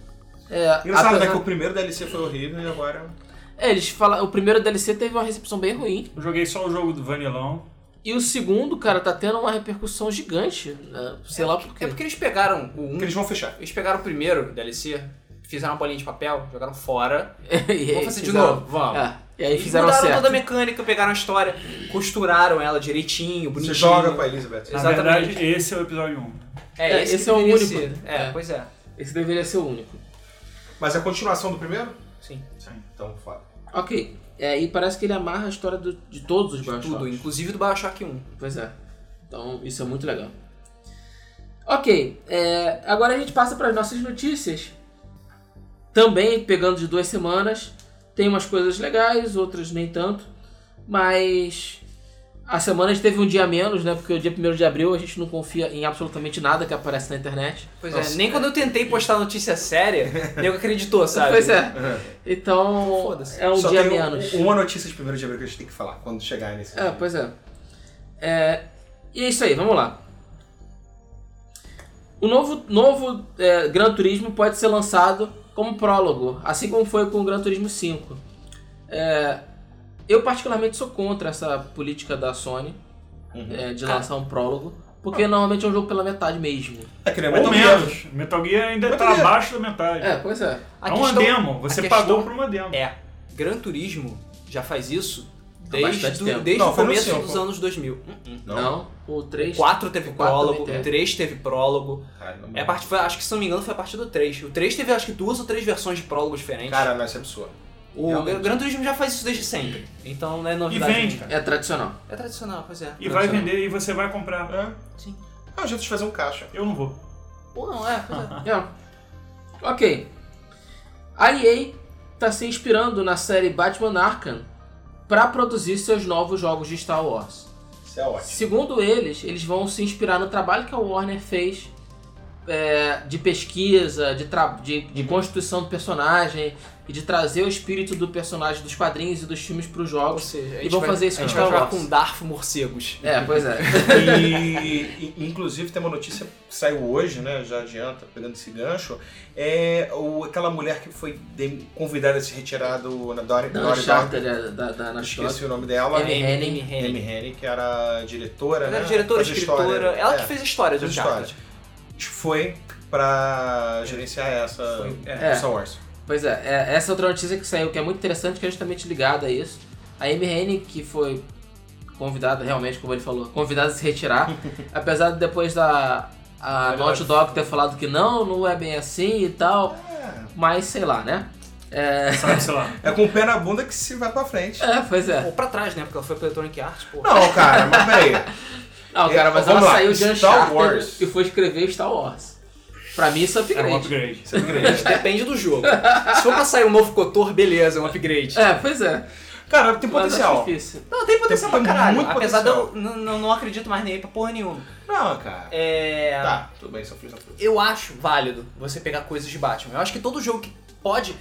É, Engraçado, né? apesar- Que o primeiro DLC foi horrível e agora. é, eles falam, o primeiro DLC teve uma recepção bem ruim Eu joguei só o jogo do Vanilão. e o segundo, cara, tá tendo uma repercussão gigante, né? sei lá por foda. É quê. porque eles pegaram o 1, Que eles vão fechar. eles pegaram o primeiro DLC, fizeram uma bolinha de papel, jogaram fora. *laughs* E aí é Vamos fazer de fizeram- novo, vamos. É, e aí Eles fizeram mudaram certo. toda a mecânica, pegaram a história, costuraram ela direitinho, Você bonitinho. joga com a Elizabeth. Na Exatamente. verdade, esse é o episódio 1. É, É, esse, esse que é o deveria único, ser. É, é. pois é. Esse deveria ser o único. Mas a continuação do primeiro? Sim, Então, foda. Ok, é, e parece que ele amarra a história do- de todos os Bioshocks. tudo, inclusive do Bioshock 1. Pois é. Então, isso é muito legal. Ok, é, agora a gente passa para as nossas notícias. Também pegando de duas semanas. Tem umas coisas legais, outras nem tanto. Mas a semana a gente teve um dia a menos, né? Porque o dia 1 de abril a gente não confia em absolutamente nada que aparece na internet. Pois é, Nossa. nem quando eu tentei postar *laughs* notícia séria, nego acreditou, sabe? Pois é. Então, Foda-se. é um né? Só dia a tem menos. Uma notícia de primeiro de abril que a gente tem que falar quando chegar nesse. É, pois é. É, E é isso aí, vamos lá. O novo, novo é, Gran Turismo pode ser lançado como prólogo, assim como foi com o Gran Turismo 5. É, eu particularmente sou contra essa política da Sony Uhum. é, de Ah. lançar um prólogo, Porque normalmente é um jogo pela metade mesmo. É que nem Ou Metal Gear. menos. Metal Gear ainda Metal tá Gear. abaixo da metade. É, pois é. A é uma questão- demo. Você a questão pagou por uma demo. É, Gran Turismo já faz isso desde, bastante tempo. do, desde Não, o foi no começo cinco. dos anos 2000. Não. O 3. 4 teve O quatro prólogo, também o teve. 3 teve prólogo. Cara, não- É a parte, foi- acho que se não me engano foi a partir do 3. O 3 teve acho que duas ou três versões de prólogo diferentes. Cara, mas é absurdo. o realmente. Gran Turismo já faz isso desde sempre. Então não é novidade. vende, nenhuma. É tradicional. É tradicional, pois é. E vai Não sei. vender e você vai comprar. É. Sim. É um jeito de fazer um caixa. Eu não vou. Ou não, é, pois é. É. Ok. A EA está se inspirando na série Batman Arkham para produzir seus novos jogos de Star Wars. Isso é ótimo. Segundo eles, eles vão se inspirar no trabalho que a Warner fez é, de pesquisa, de, tra- de, de constituição do personagem e de trazer o espírito do personagem dos quadrinhos e dos filmes para os Ou jogos. seja, a E gente vão vai- fazer isso A gente com vai Star jogar Wars. com Darth morcegos. É, pois é. E, e- inclusive, tem uma notícia que saiu hoje, né? Já adianta, pegando esse gancho. É o, aquela mulher que foi de- convidada a se retirar do, na Dory Da Dory Dark. Uncharted, é, da, da, da Esqueci o nome dela. Amy Hennig. Amy Hennig, que era diretora, Ela né? era diretora, Fazia escritora. história. Ela É. que fez a história do Fez Uncharted. foi pra gerenciar essa É. Star Wars. Pois é, é, essa outra notícia que saiu que é muito interessante, que é justamente ligada a isso. A Amy Hennig, que foi convidada, realmente, como ele falou, convidada a se *laughs* retirar, apesar de depois da a Verdade. Naughty Dog ter falado que não, não é bem assim e tal, mas sei lá, né? Sabe, sei lá. É com o pé na bunda que se vai pra frente. É, pois é. Ou pra trás, né? Porque ela foi pra Electronic Arts, *laughs* pô. Não, cara, mas peraí. Não, cara, mas ela É, Vamos lá, saiu de Star Uncharted Wars. e foi escrever Star Wars. Pra mim isso é É upgrade. um upgrade. Isso é grande. Depende do jogo. Se for pra sair um novo Cotor, beleza, é um upgrade. É, pois é. Cara, tem Mas acho potencial. difícil. Não, tem potencial Tem pra caralho. muito Apesar de potencial. eu n- n- não acredito mais nele pra porra nenhuma. Não, cara. É. Tá, tudo bem, só fiz a coisa. Eu acho válido você pegar coisas de Batman. Eu acho que todo jogo que pode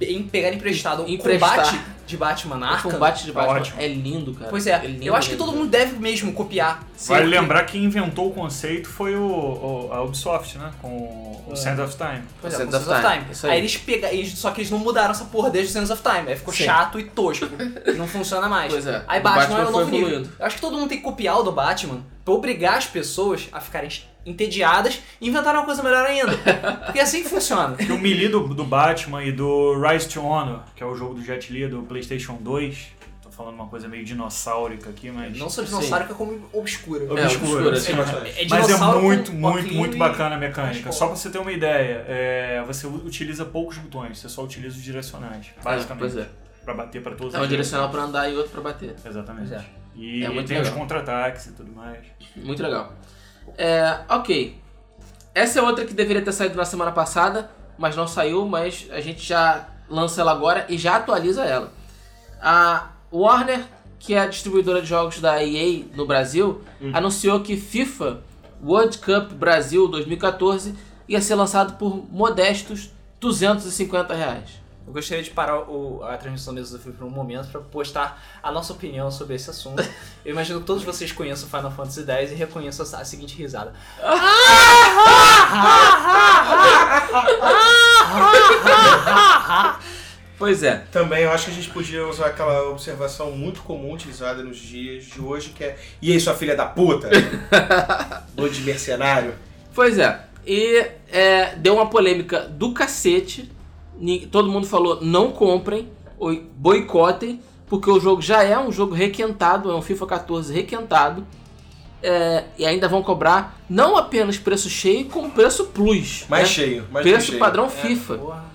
em- pegar emprestado um Emprestar. combate de Batman O Arkham. combate Tá de Batman ótimo. é lindo, cara. Pois é é, lindo, eu acho que lindo, todo lindo. mundo deve mesmo copiar. Sim, Vale porque- lembrar que quem inventou o conceito foi o, o- a Ubisoft, né? Com É. o Sands of Time. Pois Sands é, of Sands of Time, Time. isso aí. Aí eles pegaram. Só que eles não mudaram essa porra desde o Sands of Time. Aí ficou Sim. chato *laughs* e tosco. e não funciona mais. Pois é, Aí o Batman, Batman é o foi novo nível. evoluindo. Eu acho que todo mundo tem que copiar o do Batman pra obrigar as pessoas a ficarem entediadas e inventarem uma coisa *laughs* melhor ainda. Porque é assim que funciona. Que o melee do, do Batman e do Rise to Honor, que é o jogo do Jet Li do PlayStation 2. Tô falando uma coisa meio dinossáurica aqui, mas. Não sou dinossauro que é como obscura. É, obscura, sim. sim. *laughs* É Mas é dinossauro com muito, muito, óculos muito e- bacana a mecânica. Mas, Só pra você ter uma ideia, é, você u- utiliza poucos botões, você só utiliza os direcionais, basicamente. pois é. Pra bater pra É todos os um lados. direcional pra andar e outro pra bater. Exatamente. Pois é. E É muito tem os legal. contra-ataques e tudo mais. Muito legal. É, ok. Essa é outra que deveria ter saído na semana passada, mas não saiu, mas a gente já lança ela agora e já atualiza ela. A Warner, que é a distribuidora de jogos da EA no Brasil, anunciou que FIFA World Cup Brasil 2014 ia ser lançado por modestos R$ 250 reais. Eu gostaria de parar o- a transmissão do Desafio por um momento pra postar a nossa opinião sobre esse *laughs* assunto. Eu imagino que todos vocês conheçam Final Fantasy X e reconheçam a seguinte risada. Pois é. Também eu acho que a gente podia usar aquela observação muito comum utilizada nos dias de hoje, que é E aí, sua filha da *laughs* puta? Doido de mercenário. Pois é. E é, deu uma polêmica do cacete. Ni- Todo mundo falou: não comprem, ou boicotem, porque o jogo já é um jogo requentado, é um FIFA 14 requentado. É, e ainda vão cobrar não apenas preço cheio, como preço plus. Mais É. né? cheio, mais Preço cheio. padrão FIFA. Porra.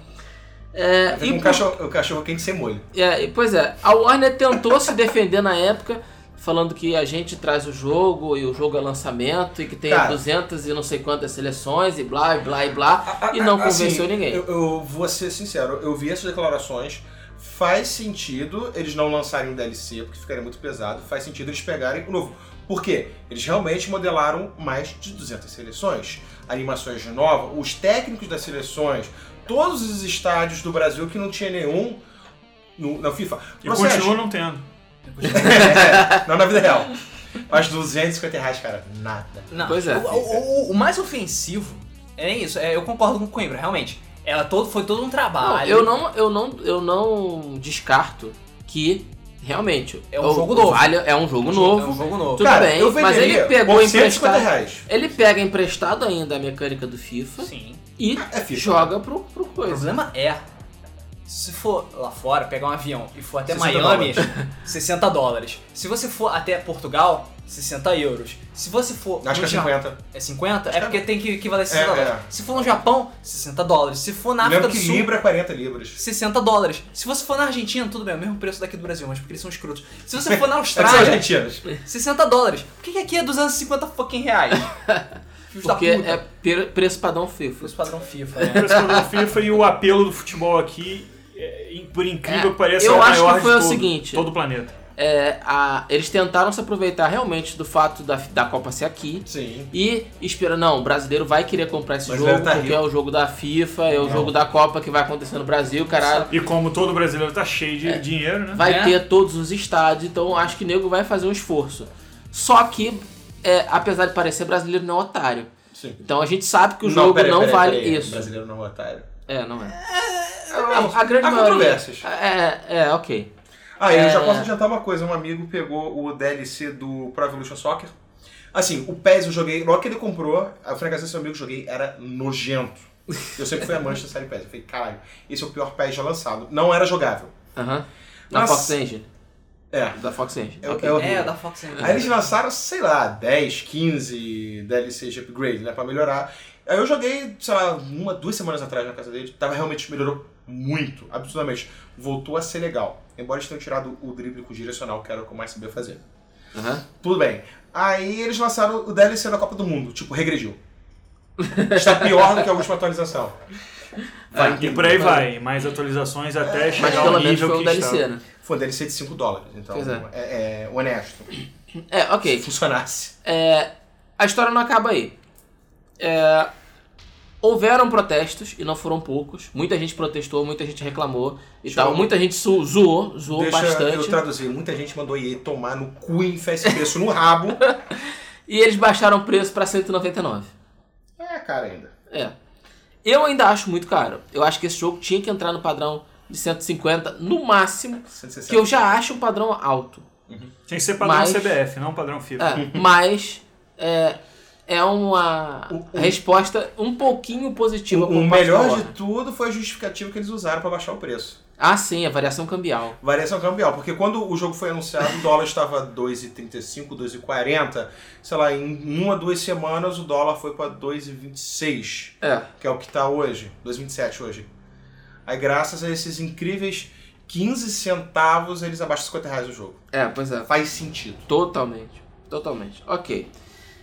É, Fica e com por- o cachorro, o cachorro quente sem molho. é, e, pois é, a Warner tentou se defender na época, falando que a gente traz o jogo e o jogo é lançamento e que tem Cara. 200 e não sei quantas seleções e blá, e blá, e blá, e não Assim, convenceu ninguém. Eu, eu vou ser sincero, eu vi essas declarações. Faz sentido eles não lançarem um DLC, porque ficaria muito pesado. Faz sentido eles pegarem o novo. Por quê? Eles realmente modelaram mais de 200 seleções. Animações novas, os técnicos das seleções, todos os estádios do Brasil que não tinha nenhum no, na FIFA. E Processo. continua não tendo. *laughs* É, não na vida real. Mas 250 reais, cara, nada. Não, Pois é. O, o- o- o mais ofensivo é nem isso. É, eu concordo com o Coimbra, realmente. Ela todo, foi todo um Não, trabalho. eu não, eu não, eu não descarto que Realmente. É um o- jogo o novo. Vale, é um jogo É novo. um jogo novo. Tudo Cara, bem, eu mas ele venderia pegou por emprestado. 150 reais. Ele pega emprestado ainda a mecânica do FIFA Sim. e É FIFA. joga pro, pro O coisa. problema é, se for lá fora, pegar um avião e for até 60 Miami, *laughs* 60 dólares. Se você for até Portugal, 60 euros. Se você for... Acho que é no Ja- 50. É Acho 50? É que é- porque tem que equivaler a É, 60 dólares. é. Se for no Japão, 60 dólares. Se for na África Lembro do que Sul, Libra é 40 libras. 60 dólares. Se você for na Argentina, tudo bem, é o mesmo preço daqui do Brasil, mas porque eles são escrotos. Se você for *laughs* na É que são Austrália, argentinas. 60 dólares. Por que que aqui é 250 fucking *laughs* reais? Filhos Porque da tá puta. é pre- preço padrão FIFA. Preço padrão FIFA, *laughs* né? Impressão do FIFA e o apelo do futebol aqui, é, em- por incrível É, que pareça, eu é o acho que maior foi de o todo, seguinte. todo o planeta. É, a- eles tentaram se aproveitar realmente do fato da, da Copa ser aqui. Sim. E espera, não, o brasileiro vai querer comprar esse Mas jogo, deve tá porque é rico. o jogo da FIFA, é o jogo da Copa que vai acontecer no Brasil, caralho. E como todo brasileiro tá cheio de dinheiro, né? Vai É. ter todos os estádios, então acho que o nego vai fazer um esforço. Só que, é, apesar de parecer brasileiro, não é otário. Sim. Então a gente sabe que o jogo peraí, não peraí, vale peraí. isso. Brasileiro não é otário. É, não é. Há- A, a grande há maioria. controvérsias. É, é, ok. Ah, eu já É. posso adiantar uma coisa. Um amigo pegou o DLC do Pro Evolution Soccer. Assim, o PES eu joguei, logo que ele comprou, a franquia desse amigo que eu joguei era nojento. Eu sempre fui amante da série PES. Eu falei, caralho, esse é o pior PES já lançado. Não era jogável. Aham. Da Nossa. Fox Engine. É. Da Fox Engine. É, ok. é horrível. É, da Fox ainda. Aí eles lançaram, sei lá, 10, 15 DLCs de upgrade, né, pra melhorar. Aí eu joguei, sei lá, uma, duas semanas atrás na casa dele, tava realmente melhorou muito, absurdamente. Voltou a ser legal. Embora eles tenham tirado o drible com o direcional, que era o que eu mais sabia fazer. Aham. Tudo bem. Aí eles lançaram o DLC da Copa do Mundo, tipo, regrediu. Está pior do que a última atualização. Vai É E por aí vai, mais atualizações É. até Mas chegar pelo ao menos nível foi um que está. DLC, né? Foi um DLC de 5 dólares, então Pois é. é, é honesto. É, ok. Se funcionasse. a história não acaba aí. É, houveram protestos, e não foram poucos. Muita gente protestou, muita gente reclamou e Deixa tal. eu- Muita gente su- zoou, zoou Deixa eu bastante. traduzir. Muita gente mandou EA tomar no cu e enfiar esse preço no rabo. E eles baixaram o preço pra 199. É, cara, ainda. É. Eu ainda acho muito caro. Eu acho que esse jogo tinha que entrar no padrão de 150 no máximo, 160. que eu já acho um padrão alto. Tinha que ser padrão Mas- CBF, não padrão FIFA. *laughs* É, mas é, é uma O- o- resposta um pouquinho O, positiva. por o parte da melhor Warner. de tudo foi a justificativa que eles usaram pra baixar o preço. Ah, sim, a variação cambial. Variação cambial, porque quando o jogo foi anunciado, o dólar estava 2,35, 2,40. Sei lá, em uma, duas semanas o dólar foi pra 2,26. É. que é o que tá hoje, 2027 hoje. Aí graças a esses incríveis 15 centavos, eles abaixam 50 reais o jogo. É, pois é. Faz sentido. Totalmente. Totalmente. Ok.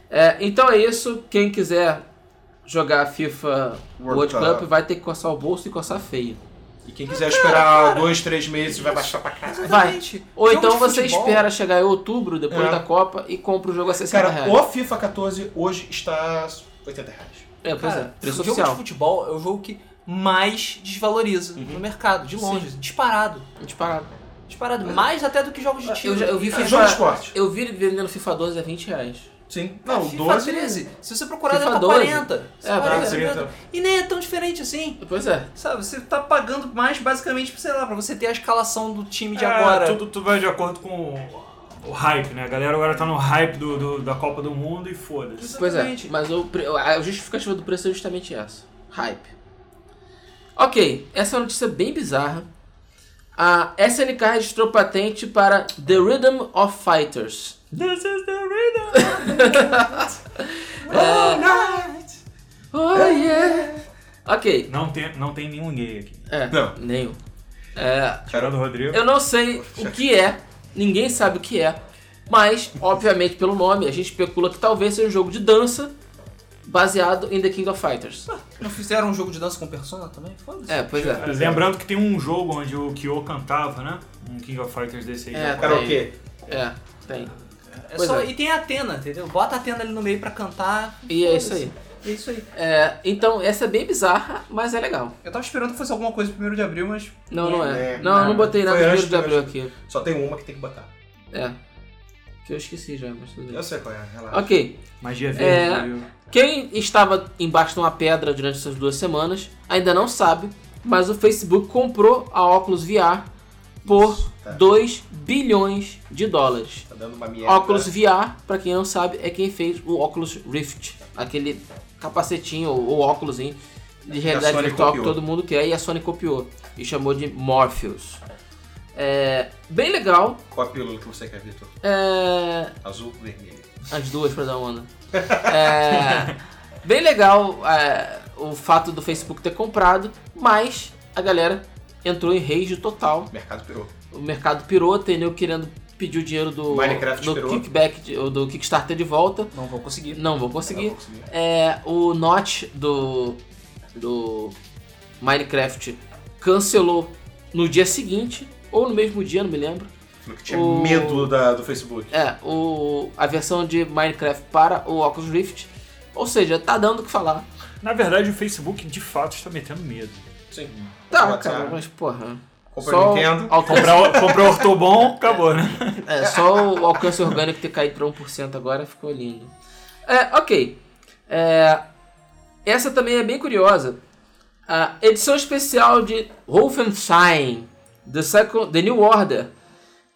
É, então é isso. Quem quiser jogar FIFA World, World Cup, Cup. vai ter que coçar o bolso e coçar feio. E quem quiser esperar dois, três meses, vai baixar pra caralho. Exatamente. Ou Jogo então de você futebol, espera chegar em outubro, depois É. da Copa, e compra o jogo a 60 Cara, reais. o FIFA 14 hoje está 80 reais. É, pois é. Cara, Preço o jogo de oficial. Uhum. futebol é o jogo que mais desvaloriza no mercado, de longe. Disparado. Disparado. Disparado. Mais até do que jogos de tiro. já- é. eu vi É FIFA- jogo de esporte. Eu vi ele vendendo FIFA 12 a 20 reais. Sim. Ah, Não, FIFA 12. 13. Se você procurar, FIFA deve tá 12. 40. É, 40, 30. 50. tá E nem é tão diferente assim. Pois é. Sabe, você tá pagando mais basicamente, sei lá, pra você ter a escalação do time de É, agora. Tudo, tudo vai de acordo com o, o hype, né? A galera agora tá no hype do, do- da Copa do Mundo e foda-se. Pois é, Exatamente. mas o, pre- a justificativa do preço é justamente essa. Hype. Ok, essa é uma notícia bem bizarra. A SNK registrou patente para The Rhythm of Fighters. This is the rhythm. *laughs* É. Oh yeah! Ok, Não tem, não tem nenhum gay aqui. é. Não. Nenhum. É, Tirando o Rodrigo. Eu não sei o que é, ninguém sabe o que é, mas, obviamente, pelo nome, a gente especula que talvez seja um jogo de dança baseado em The King of Fighters. Não fizeram um jogo de dança com Persona também? Foda-se. É, pois é. Lembrando que tem um jogo onde o Kyo cantava, né? Um King of Fighters desse aí. É, japonês. Cara, o quê? É, tem. É Pois só- é. E tem a Atena, entendeu? Bota a Atena ali no meio pra cantar. E é isso foda-se. aí. É isso aí. É, então, essa é bem bizarra, mas é legal. Eu tava esperando que fosse alguma coisa primeiro de abril, mas. Não, não é. É, não, eu não botei nada Foi primeiro antes de abril do aqui. Só tem uma que tem que botar. É. Que eu esqueci já, mas tudo bem. Eu sei qual é, relaxa. Ok. Magia É. verde. né? viu? Quem estava embaixo de uma pedra durante essas duas semanas ainda não sabe, mas o Facebook comprou a Oculus VR por É. 2 bilhões de dólares. Tá dando uma merda. Óculos VR, pra quem não sabe, é quem fez o Oculus Rift. Aquele capacetinho ou, ou óculos de realidade Sony virtual que copiou. todo mundo quer e a Sony copiou. E chamou de Morpheus. É, bem legal. Qual a pílula que você quer, Vitor? É, Azul ou vermelho? as duas pra dar onda. É, bem legal é, o fato do Facebook ter comprado, mas a galera entrou em rage total. Mercado Peru. O mercado pirou, tem nego querendo pedir o dinheiro do, Minecraft do pirou. kickback de- ou do Kickstarter de volta. Não vou conseguir. Não vão Não conseguir. vou conseguir. É, o Notch do, do Minecraft cancelou no dia seguinte, ou no mesmo dia, não me lembro. Falou que tinha O- medo da- do Facebook. É, o, a versão de Minecraft para o Oculus Rift. Ou seja, tá dando o que falar. Na verdade, o Facebook de fato está metendo medo. Sim. Tá, WhatsApp. cara, mas porra. Compra o Nintendo. alcance- Comprar, o- comprar o Ortobon, acabou, né? é, só o alcance orgânico ter caído pra 1% agora ficou lindo. É, ok. É, essa também é bem curiosa. A edição especial de Wolfenstein The, Second, The New Order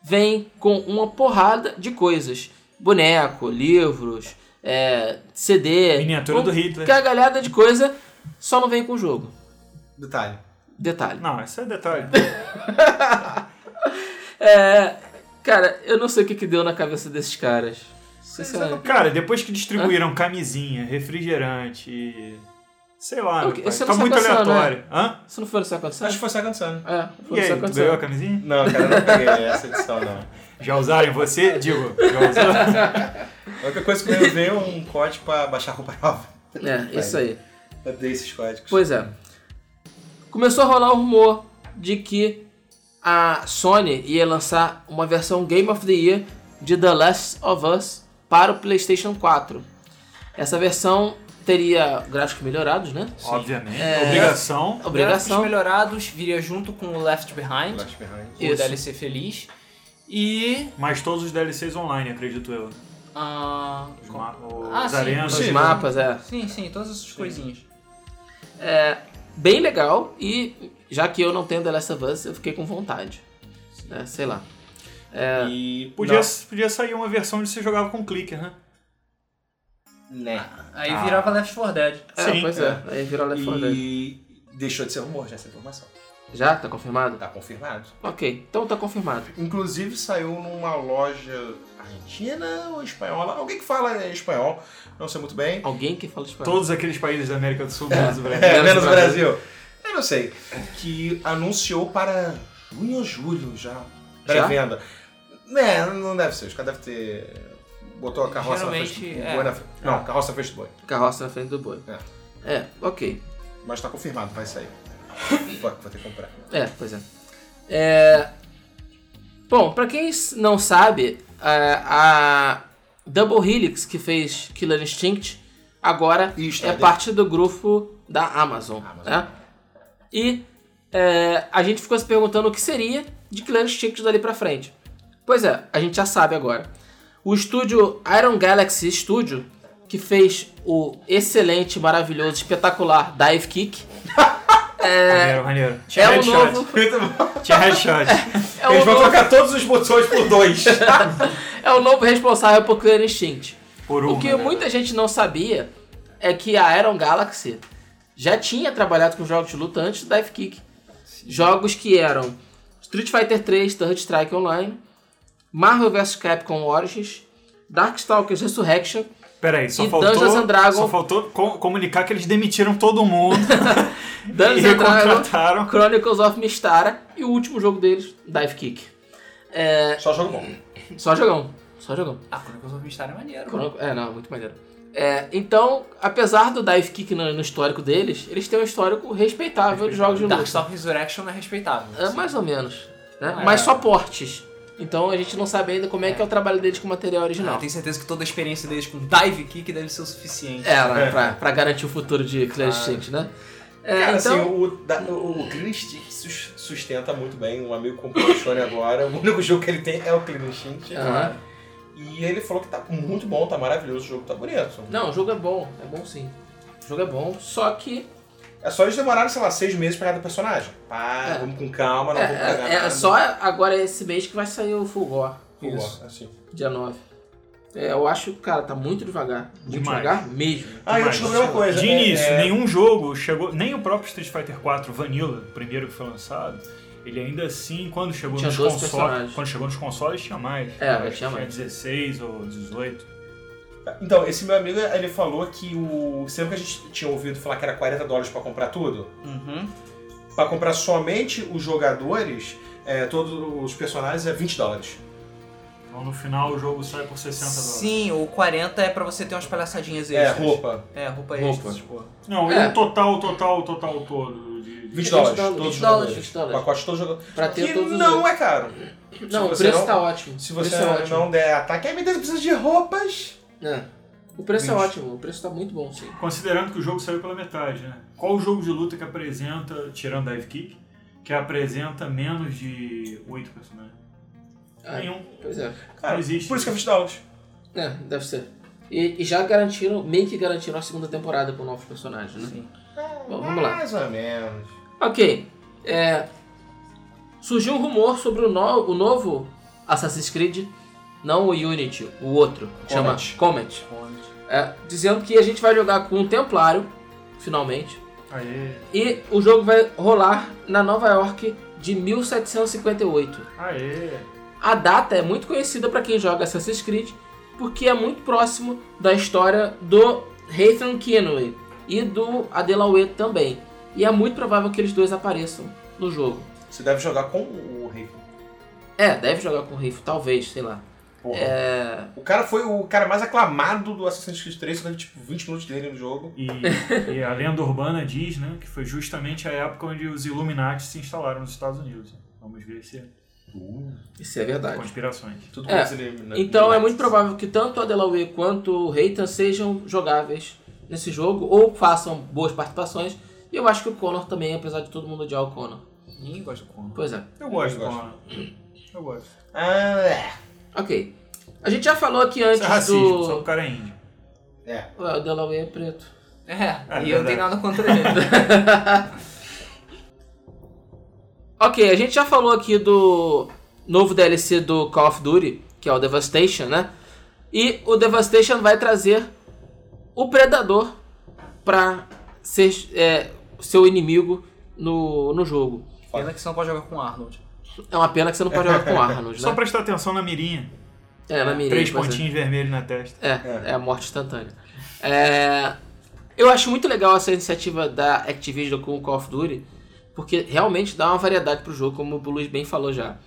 vem com uma porrada de coisas. Boneco, livros, é, CD. Miniatura um- do Hitler. Que a galhada de coisa só não vem com o jogo. Detalhe. Detalhe. Não, esse é detalhe. É. Cara, eu não sei o que, que deu na cabeça desses caras. Sinceramente. Cara, depois que distribuíram camisinha, refrigerante e. Sei lá, Eu- meu pai, você tá não muito sabe qual é, aleatório. Hã? Isso não foi no Second Sun? Acho que foi Second Sun. É, foi E no aí, tu Second ganhou a Sun. camisinha? Não, cara, eu não peguei essa edição, não. Já usaram em você? Digo, *laughs* já usaram. A única coisa que eu veio é um código pra baixar roupa nova. É, isso aí. Eu dei esses códigos. Pois é. Começou a rolar o rumor de que a Sony ia lançar uma versão Game of the Year de The Last of Us para o PlayStation 4. Essa versão teria gráficos melhorados, né? Obviamente. Obrigação. Obrigação. Gráficos melhorados viria junto com o Left Behind, Left Behind. Isso. o DLC Feliz. E. Mas todos os DLCs online, acredito eu. ah, Os, com- ma- os Ah, sim. arenas. Os Sim. mapas, é. Sim, sim, todas essas coisinhas. bem legal e já que eu não tenho The Last of Us, eu fiquei com vontade. É, sei lá. E Podia, podia sair uma versão de você jogava com clicker, né? Não. Né. Aí Ah. virava Left 4 Dead. É, Sim, pois é. Aí virou Left 4 Dead. E deixou de ser rumor já é essa informação. Já? Tá confirmado? Tá confirmado. Ok, então tá confirmado. Inclusive saiu numa loja argentina ou espanhola. Alguém que fala espanhol, não sei muito bem. Alguém que fala espanhol. Todos aqueles países da América do Sul, menos o Brasil. É, menos menos o Brasil. Brasil. Eu não sei. Que anunciou para junho ou julho já. Já? Pré-venda. É, não deve ser. Os caras devem ter. Botou a carroça Geralmente, na frente do é. boi. Na... fre- Não, carroça na frente do boi. Carroça na frente do boi. É, ok. Mas tá confirmado, vai sair. Fuck, vou ter que comprar. É, pois é. É, Bom, pra quem s- não sabe, a, a Double Helix, que fez Killer Instinct, agora E é está dentro. parte do grupo da Amazon. Amazon. Né? E é, a gente ficou se perguntando o que seria de Killer Instinct dali pra frente. Pois é, a gente já sabe agora. O estúdio Iron Galaxy Studio, que fez o excelente, maravilhoso, espetacular Dive Kick, Maneiro, maneiro. Tinha é o headshot. novo. Muito bom. *laughs* Tinha headshot. É Eles o vão novo trocar todos os botões *laughs* por dois. é o novo responsável por Clear Instinct. Por um. O que muita gente não sabia é que a Aeron Galaxy já tinha trabalhado com jogos de luta antes do Dive Kick. Jogos que eram Street Fighter 3, Third Strike Online, Marvel vs Capcom Origins, Darkstalkers Resurrection. Peraí, só E faltou. Dungeons and Dragons. Só faltou com- comunicar que eles demitiram todo mundo *laughs* Dungeons *laughs* e and Dragons, contrataram. Chronicles of Mistara e o último jogo deles, Dive Kick. Só jogo bom. Só jogão, só jogão. Ah, Chronicles of Mystery é maneiro. mano. Conan- É, não, muito maneiro. É, então, apesar do dive kick no, no histórico deles, eles têm um histórico respeitável de jogos de luta. Darkstalk Resurrection é respeitável. É, mais ou menos. Né? Ah, Mas é. só portes. Então a gente não sabe ainda como é, que é o trabalho deles com o material Não, original. Ah, É, eu tenho certeza que toda a experiência deles com dive kick deve ser o suficiente. É, né, pra, pra garantir o futuro de Clear Instinct, né? É, Cara, então, assim, o, da, o, o Clean Stick sus- sustenta muito bem. Um amigo comprou o Sony agora. *laughs* O único jogo que ele tem é o Clean Instinct. Aham. E ele falou que tá muito bom, tá maravilhoso. O jogo tá bonito. Não, o jogo é bom. É bom sim. O jogo é bom, só que... É só eles demorarem, sei lá, seis meses pra cada personagem. Pá, É. vamos com calma, não É, vamos pegar é- é nada. só agora esse mês que vai sair o Full Gore, Pô, Isso. assim. dia 9. É, eu acho, cara, tá muito devagar. Muito Demais. devagar mesmo. Ah, eu Mas, descobri uma coisa. De é- início, né? é- nenhum jogo chegou, nem o próprio Street Fighter 4 Vanilla, o primeiro que foi lançado, ele ainda assim, quando chegou Tinha nos 12 consoles, personagens. quando chegou nos consoles tinha mais. É, Eu acho tinha que mais. 16 ou 18. Então, esse meu amigo, ele falou que o. Você lembra que a gente tinha ouvido falar que era 40 dólares pra comprar tudo? Uhum. Pra comprar somente os jogadores, é, todos os personagens é 20 dólares. Então no final o jogo sai por 60 dólares. Sim, o 40 é pra você ter umas palhaçadinhas É, extras. roupa. É, roupa Roupa. extra, tipo. Não, É. e o total, total, total todo. de- 20 20 dólares, dólares. Todos os 20 dólares, jogadores. 20 dólares. Pacote de todos os jogadores. Pra ter que todos os não jogos. é caro. Não, o você preço não- tá ótimo. Se o preço você é ótimo. não der ataque, aí me Deus precisa de roupas. É. O preço Bicho. é ótimo, o preço tá muito bom, sim. Considerando que o jogo saiu pela metade, né? Qual o jogo de luta que apresenta, tirando Dive Kick, que apresenta menos de 8 personagens? Ah, Nenhum. Pois é. Cara, Não existe. Por isso que é 20 dólares. É, deve ser. E, e já garantiram, meio que garantiram a segunda temporada com novos personagens, né? Sim. Bom, vamos lá. Mais ou menos. Ok. É, surgiu um rumor sobre o, no- o novo Assassin's Creed, não o Unity, o outro, que chama Comet. Comet. É, dizendo que a gente vai jogar com um Templário, finalmente. Aê. E o jogo vai rolar na Nova York de 1758. Aê. A data é muito conhecida para quem joga Assassin's Creed, porque é muito próximo da história do Nathan Kenway e do Adelaway também. E é muito provável que eles dois apareçam no jogo. Você deve jogar com o rei. É, deve jogar com o Riff, talvez, sei lá. Porra. É. O cara foi o cara mais aclamado do Assassin's Creed 3, só teve tipo 20 minutos dele no jogo. E, e a lenda urbana diz, né, que foi justamente a época onde os Illuminati se instalaram nos Estados Unidos. Vamos ver se Uh. Isso é verdade. conspirações. Tudo É. com ele, né? Então é muito provável que tanto Adelaway quanto o Reitan sejam jogáveis nesse jogo ou façam boas participações. E eu acho que o Connor também, apesar de todo mundo odiar o Connor. Ninguém gosta do Conan. Pois é. Eu gosto, Eu Conan. Eu gosto. Ah, é. Ok. A gente já falou aqui antes Isso é racismo, do. só que o cara é índio. É. Ué, o Delaware é preto. É, É e eu não verdade. tenho nada contra ele. Ok, a gente já falou aqui do novo DLC do Call of Duty, que é o Devastation, né? E o Devastation vai trazer o Predador pra ser é, seu inimigo no, no jogo. Pena que você não pode jogar com o Arnold. É uma pena que você não pode jogar com o *laughs* Arnold, Só né? prestar atenção na mirinha. É, na mirinha, Três pois é. pontinhos vermelhos na testa. É, é a morte instantânea. É, eu acho muito legal essa iniciativa da Activision com o Call of Duty, porque realmente dá uma variedade pro jogo, como o Luiz bem falou já.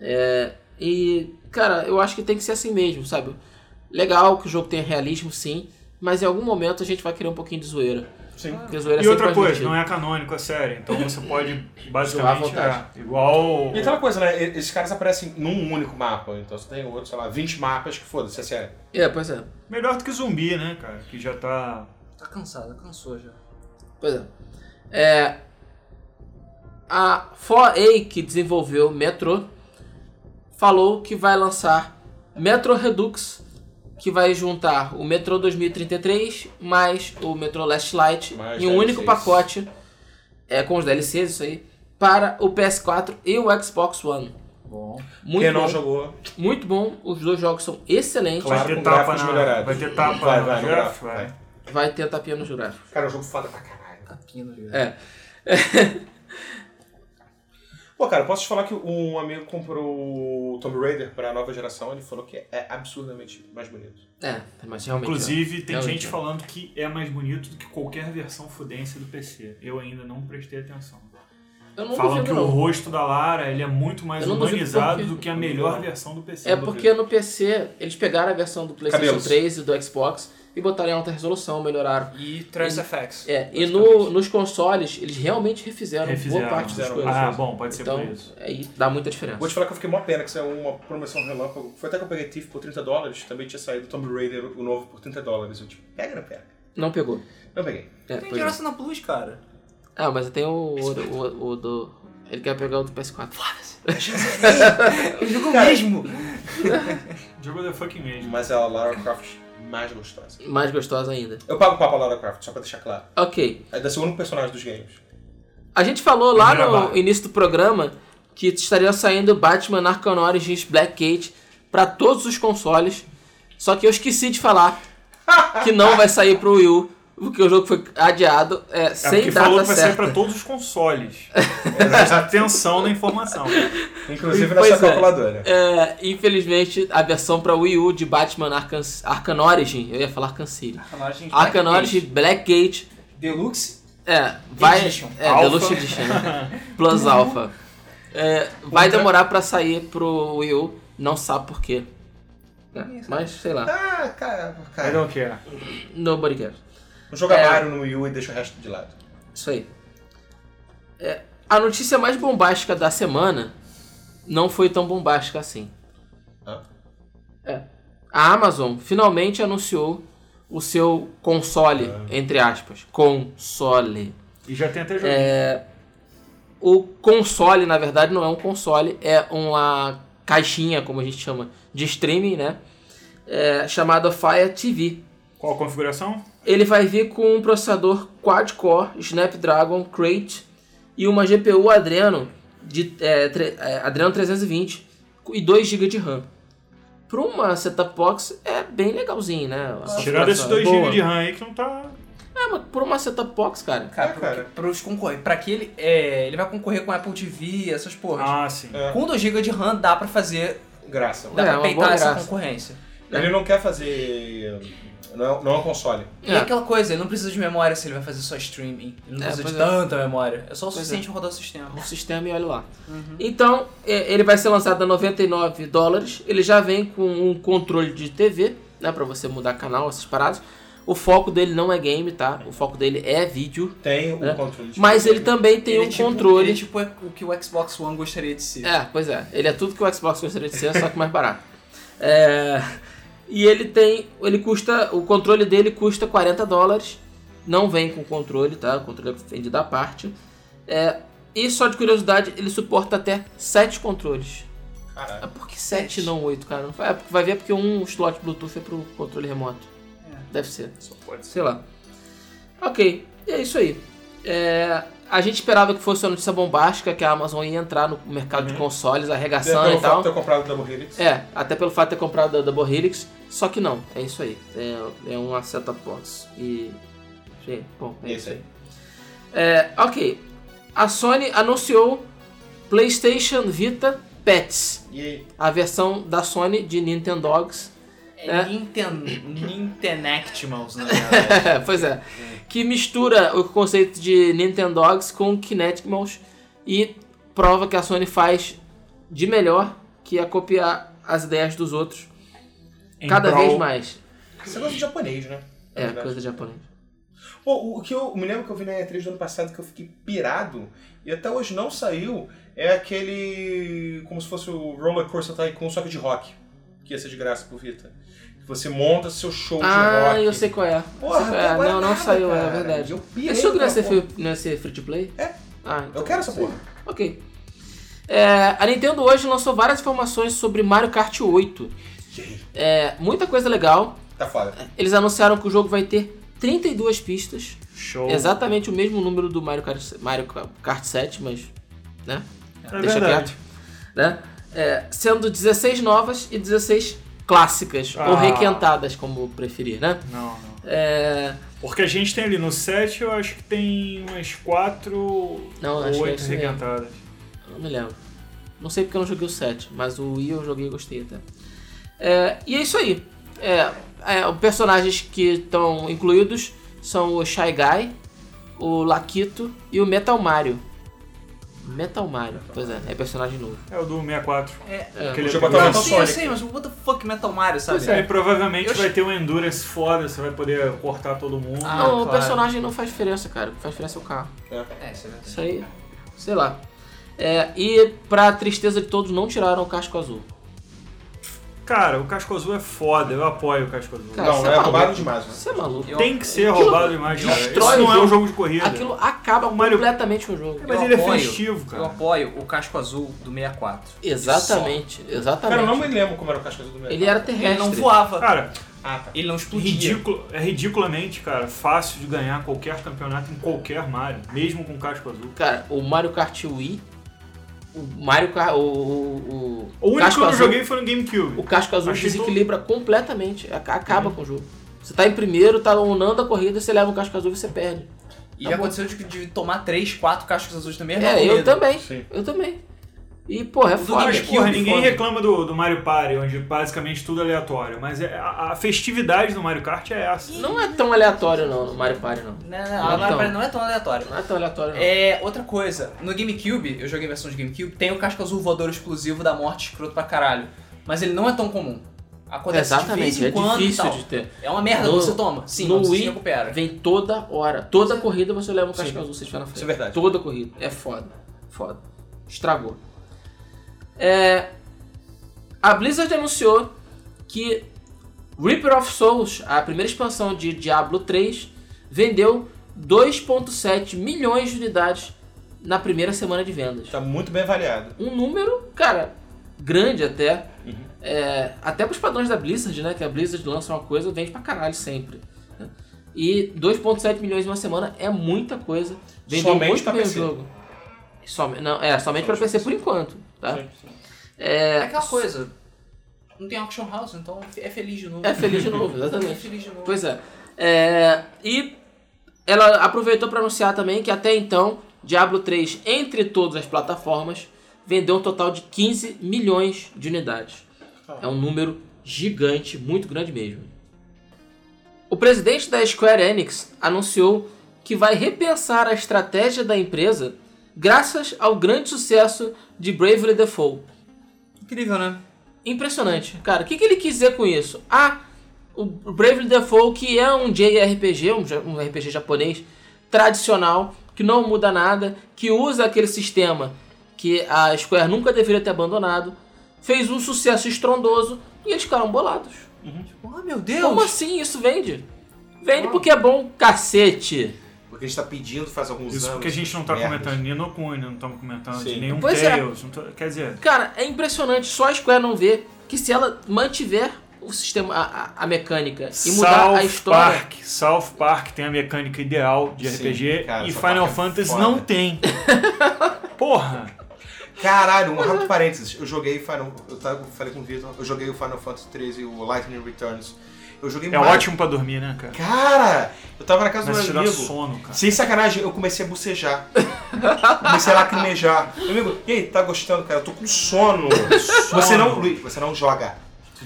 É, e, cara, eu acho que tem que ser assim mesmo, sabe? Legal que o jogo tenha realismo, sim, mas em algum momento a gente vai querer um pouquinho de zoeira. Sim. Porque zoeira E é outra sempre coisa, mais não divertido. é canônico a série, então você pode Jogar à basicamente vontade. é, igual. E aquela coisa, né? Esses caras aparecem num único mapa. Então você tem outro, sei lá, 20 mapas que foda-se, é sério. É, pois é. Melhor do que zumbi, né, cara? Que já tá. Tá cansado, cansou já. Pois é. É, a 4A que desenvolveu Metro falou que vai lançar Metro Redux, que vai juntar o Metro 2033 mais o Metro Last Light Mais em um único DLCs. pacote, é, com os DLCs, isso aí, para o PS4 e o Xbox One. Bom. Muito Quem bom, não jogou. muito bom, os dois jogos são excelentes. Claro, vai com ter tapa gráficos na. melhorados. Vai ter tapa Vai, no vai, no gráfico, gráfico, vai. vai. Vai ter tapinha no jurássico. Cara, é um jogo foda pra caralho. Capino, É. Pô, cara, posso te falar que um amigo comprou o Tomb Raider pra nova geração, ele falou que é absurdamente mais bonito. É, mas realmente... Inclusive, tem Realmente, gente é. falando que é mais bonito do que qualquer versão fudência do PC. Eu ainda não prestei atenção. eu não Falam duvido, que não. o rosto da Lara ele é muito mais Eu não duvido humanizado porque- do que a melhor versão do PC. É porque no PC eles pegaram a versão do PlayStation Cabelos. 3 e do Xbox e botaram em alta resolução, melhoraram. E Trace FX. É, e no- nos consoles eles realmente refizeram, Refizeram. boa parte das Fizeram. coisas. Ah, bom, pode ser então, por isso. aí dá muita diferença. Vou te falar que eu fiquei mó pena que isso é uma promoção relâmpago. Foi até que eu peguei Thief por 30 dólares, também tinha saído Tomb Raider, o novo, por 30 dólares. Eu tipo, pega ou não pega? Não pegou. Não peguei. É, Tem pois não. graça na Plus, cara. Ah, mas tem o, o, o- o do. Ele quer pegar o do PS4. Eu jogo Cara, mesmo. Jogo da fucking mesmo. Mas é a Lara Croft mais gostosa. Mais gostosa ainda. Eu pago pau pra Lara Croft, só pra deixar claro. Ok. É da ser o único personagem dos games. A gente falou lá no Miramar. início do programa que estaria saindo Batman Arkham Origins Black Gate pra todos os consoles. Só que eu esqueci de *laughs* falar que não vai sair pro Wii U, porque o jogo foi adiado é, É sem porque data falou que vai ser certa. pra todos os consoles. É Presta atenção na informação. Inclusive na Pois sua é. calculadora. É, infelizmente, a versão pra Wii U de Batman Arkham, Arkham Origin, eu ia falar Arkham City. Arcanoric. Arkham Origin Black Gate Deluxe. É, vai. Edition. É, Alpha. Deluxe Edition. né? Plus Alpha. É, vai Ultra. demorar pra sair pro Wii U, não sabe por quê. É, mas sei lá. Ah, cara, I cara. don't care. Nobody cares. Não joga É. Mario no Wii U e deixa o resto de lado. Isso aí. É, a notícia mais bombástica da semana não foi tão bombástica assim. Hã? É. A Amazon finalmente anunciou o seu console, entre aspas. Console. E já tem até jogo. É. O console, na verdade, não é um console, é uma caixinha, como a gente chama, de streaming, né? É, chamada Fire TV. Qual a configuração? Ele vai vir com um processador quad-core Snapdragon Crate e uma GPU Adreno, de, é, tre- é, Adreno 320 e 2 GB de RAM. Para uma setup box é bem legalzinho, né? A Tirando esses configuração é 2 boa. GB de RAM aí que não tá. É, mas por uma setup box, cara. Cara, É, pro- cara. pros concorrer. Pra que ele. É, ele vai concorrer com Apple TV, essas porras. Ah, sim. É. Com 2 GB de RAM dá pra fazer. Graça. Dá É, pra uma boa peitar essa graça. concorrência. Né? Ele não quer fazer. Não é, não é um console. É. E é aquela coisa, ele não precisa de memória se ele vai fazer só streaming. Ele não É, precisa de pois é. tanta memória. É só o Pois suficiente pra rodar o sistema. o sistema e olha lá. Uhum. Então, é, ele vai ser lançado a 99 dólares. Ele já vem com um controle de TV, né? Pra você mudar canal, essas paradas. O foco dele não é game, tá? O foco dele é vídeo. Tem o É. controle de Mas ele também tem Ele um é tipo- controle. Ele é tipo o que o Xbox One gostaria de ser. É, pois é. Ele é tudo que o Xbox gostaria de ser, só que mais barato. É, E ele tem. Ele custa. O controle dele custa 40 dólares. Não vem com controle, tá? O controle é vendido à parte. É, E só de curiosidade, ele suporta até 7 controles. Caralho. Ah, por que 7 não 8, cara? Não faz- É, porque vai ver porque um slot Bluetooth é pro controle remoto. Deve ser. Só pode ser. Sei lá. Ok, e é isso aí. É, a gente esperava que fosse uma notícia bombástica, que a Amazon ia entrar no mercado de consoles, Uhum. Até arregaçando pelo e fato tal. de ter comprado o Double Helix. É, até pelo fato de ter comprado a Double Helix, só que não, é isso aí. É, é uma set-top box. E. Gente, bom, é Isso isso aí. aí. É, ok. A Sony anunciou PlayStation Vita Pets, E aí? a versão da Sony de Nintendo Dogs. É, É. Ninten... né? *laughs* Nintenactimals, na verdade. É, pois é. Que mistura o conceito de Nintendogs com Kineticmons e prova que a Sony faz de melhor, que é copiar as ideias dos outros Em cada prol- vez mais. Esse negócio de japonês, né? Na É, verdade. coisa japonesa. Pô, o que eu me lembro que eu vi na E3 do ano passado que eu fiquei pirado e até hoje não saiu é aquele. como se fosse o Roller Coaster Tycoon, só que de rock. Que ia ser de graça pro Vita. Que Você monta seu show de Ah, rock. eu sei qual é. Eu sei Porra, qual até é. agora Não, não nada, saiu, é cara. verdade. Eu pirei É seguro naquela nesse porra. free, nesse free to play? É. Ah, então Eu quero essa sei. porra. Ok. É, a Nintendo hoje lançou várias informações sobre Mario Kart 8. E aí? É, muita coisa legal. Tá foda. Eles anunciaram que o jogo vai ter 32 pistas. Show. Exatamente o mesmo número do Mario Kart, Mario Kart 7, mas. Né? É Deixa verdade. quieto. Né? É, sendo 16 novas e 16 clássicas, ou Ah. requentadas, como preferir, né? Não, não. É, Porque a gente tem ali no set, eu acho que tem umas 4 Não, ou acho que é 8 isso mesmo. requentadas. não me lembro. Não sei porque eu não joguei o 7, mas o Wii eu joguei e gostei até. É, e é isso aí. É, é, os personagens que estão incluídos são o Shy Guy, o Laquito e o Metal Mario. Metal Mario, pois é, é personagem novo. É o do 64. É. Aquele Deixa eu botar Eu Metal episódio. sei, eu Sonic. sei, mas what the fuck Metal Mario, sabe? Ele provavelmente Eu vai ter um endurance foda, você vai poder cortar todo mundo. Ah, não, o claro. personagem não faz diferença, cara. O que faz diferença é o carro. É, isso é verdade. Isso aí, sei lá. É, e pra tristeza de todos, não tiraram o casco azul. Cara, o Casco Azul é foda, eu apoio o Casco Azul. Cara, não, você é é roubado maluco. demais, né? Você é maluco. Eu- Tem que ser Aquilo roubado demais, cara. Isso destrói o não é um jogo. jogo de corrida. Aquilo acaba Mario- completamente com o jogo. Mas Eu ele é apoio- festivo, cara. Eu apoio o casco azul do 64. Exatamente, Cara, eu não exatamente. me lembro como era o Cascazu do Metal. Ele era Ele um não terrestre. voava, Cara, Ah, tá. ele não explodia. ridículo, é ridiculamente, cara, fácil de ganhar qualquer campeonato em qualquer Mario, mesmo com Casco Azul. Cara, o Mario Kart Wii, o Mario Kart, o, o, o- O único casco que eu azul, joguei foi no GameCube. o casco azul Achei desequilibra completamente, ac- acaba com o jogo. Você tá em primeiro, tá onando a corrida, você leva o casco azul e você perde. E já aconteceu de, de tomar 3, 4 cascos azuis na mesma É, corrida. eu também, Sim. eu também. E, porra, é Tudo foda. mais Mas, porra, ninguém foda. reclama do, do Mario Party, onde basicamente tudo é aleatório. Mas é- a, a festividade do Mario Kart é essa. Não é tão aleatório não, no Mario Party não. Não, não, a Mario Então. Party não é tão aleatório. Não é tão aleatório não. É, outra coisa, no GameCube, eu joguei a versão de GameCube, tem o casco azul voador exclusivo da morte escroto pra caralho. Mas ele não é tão comum. Acontece de Exatamente, vez é em quando e difícil tal. de ter. É uma merda que No- você toma. Sim, no mas você Wii, se recupera. Vem toda hora, toda corrida você leva um Sim. casco azul, você estiver na frente. Isso é verdade. Toda corrida. É foda. Foda. Estragou. É, a Blizzard anunciou que Reaper of Souls, a primeira expansão de Diablo 3, vendeu 2.7 milhões de unidades na primeira semana de vendas. Tá muito bem avaliado. Um número, cara, grande até. Uhum. É, até pros padrões da Blizzard, né? Que a Blizzard lança uma coisa, vende pra caralho sempre. né? E 2.7 milhões em uma semana é muita coisa. Vendeu Somente muito pra bem o PC. jogo. Some, não, é, somente pra PC por enquanto, tá? Sim, sim. É aquela coisa. Não tem Auction House, então é feliz de novo. É feliz de novo, É exatamente. feliz de novo. Pois é. É, e ela aproveitou para anunciar também que até então, Diablo 3, entre todas as plataformas, vendeu um total de 15 milhões de unidades. É um número gigante, muito grande mesmo. O presidente da Square Enix anunciou que vai repensar a estratégia da empresa graças ao grande sucesso de Bravely Default. Incrível, né? Impressionante. Cara, o que, que ele quis dizer com isso? Ah, o Bravely Default, que é um JRPG, um, ja- um RPG japonês tradicional, que não muda nada, que usa aquele sistema que a Square nunca deveria ter abandonado, fez um sucesso estrondoso e eles ficaram bolados. Oh, meu Deus! Como assim isso vende? Vende porque é bom, cacete. Porque a gente tá pedindo faz alguns anos. Isso porque a gente não tá merdas. comentando de Ninokuni, não estamos comentando Sim. de nenhum Pois é. Tails. não tô- quer dizer, Cara, é impressionante, só a Square não vê que se ela mantiver o sistema, a, a- a mecânica e mudar South a história. Park, South Park tem a mecânica ideal de Sim, RPG cara, e South Final Park é Fantasy foda. *laughs* não tem. Porra! Caralho, um rápido parênteses. Eu joguei Final. Eu tava, falei com o Vitor, eu joguei o Final Fantasy XIII e o Lightning Returns. Eu joguei É mais. ótimo pra dormir, né, cara? Cara, eu tava na casa Mas do te meu dá amigo. sono, cara. Sem sacanagem, eu comecei a bocejar. comecei a lacrimejar. Meu amigo, e aí, tá gostando, cara? Eu tô com *laughs* sono. Você não, Luiz, você não joga.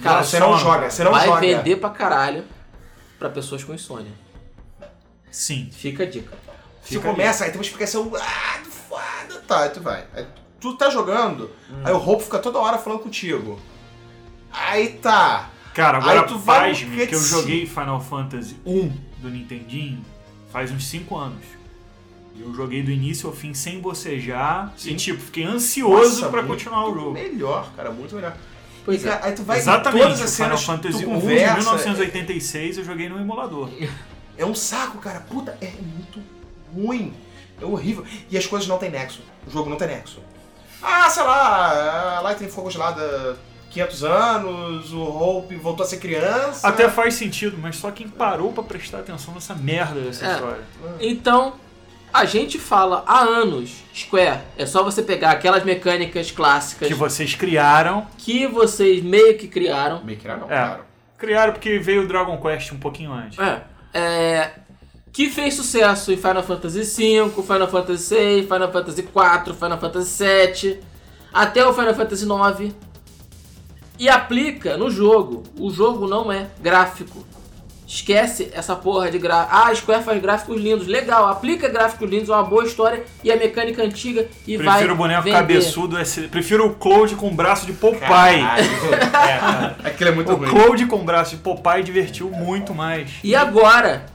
Cara, você não sono, joga, cara. você não vai Então joga. vender pra caralho pra pessoas com insônia. Sim. Fica a dica. Você Fica começa, aí tem uma explicação. Ah, do foda. Tá, aí tu vai. Aí tu tá jogando, Hum. aí o roubo fica toda hora falando contigo. Aí tá. Cara, Aí agora tu vai no pasme que eu cutscene. joguei Final Fantasy 1 do Nintendinho faz uns 5 anos. E eu joguei do início ao fim sem bocejar. E, Sim. tipo, fiquei ansioso Nossa, pra muito continuar o jogo. Melhor, cara, muito melhor. Pois E, é. cara, Aí tu vai em Exatamente, todas as o Final cenas, Fantasy tu 1 de conversa, 1986 eu joguei no emulador. É um saco, cara. Puta, é muito ruim. É horrível. E as coisas não têm nexo. O jogo não tem nexo. Ah, sei lá, a Lightning ficou gelada 500 anos, o Hope voltou a ser criança. Ah. Até faz sentido, mas só quem parou pra prestar atenção nessa merda dessa É. história. Então, a gente fala há anos, Square, é só você pegar aquelas mecânicas clássicas Que que, vocês criaram. vocês meio que criaram. Meio que não, É. claro. Criaram porque veio o Dragon Quest um pouquinho antes. É. é, que fez sucesso em Final Fantasy V, Final Fantasy VI, Final Fantasy IV, Final Fantasy VII, até o Final Fantasy IX. E aplica no jogo. O jogo não é gráfico. Esquece essa porra de gráfico. Ah, a Square faz gráficos lindos. Legal, aplica gráficos lindos, uma boa história e a mecânica antiga e vai. Prefiro o boneco vender. cabeçudo, esse- prefiro o Cloud com o braço de Popeye. Caralho. É, cara. Aquilo é muito O ruim. Cloud com o braço de Popeye divertiu muito mais. E agora,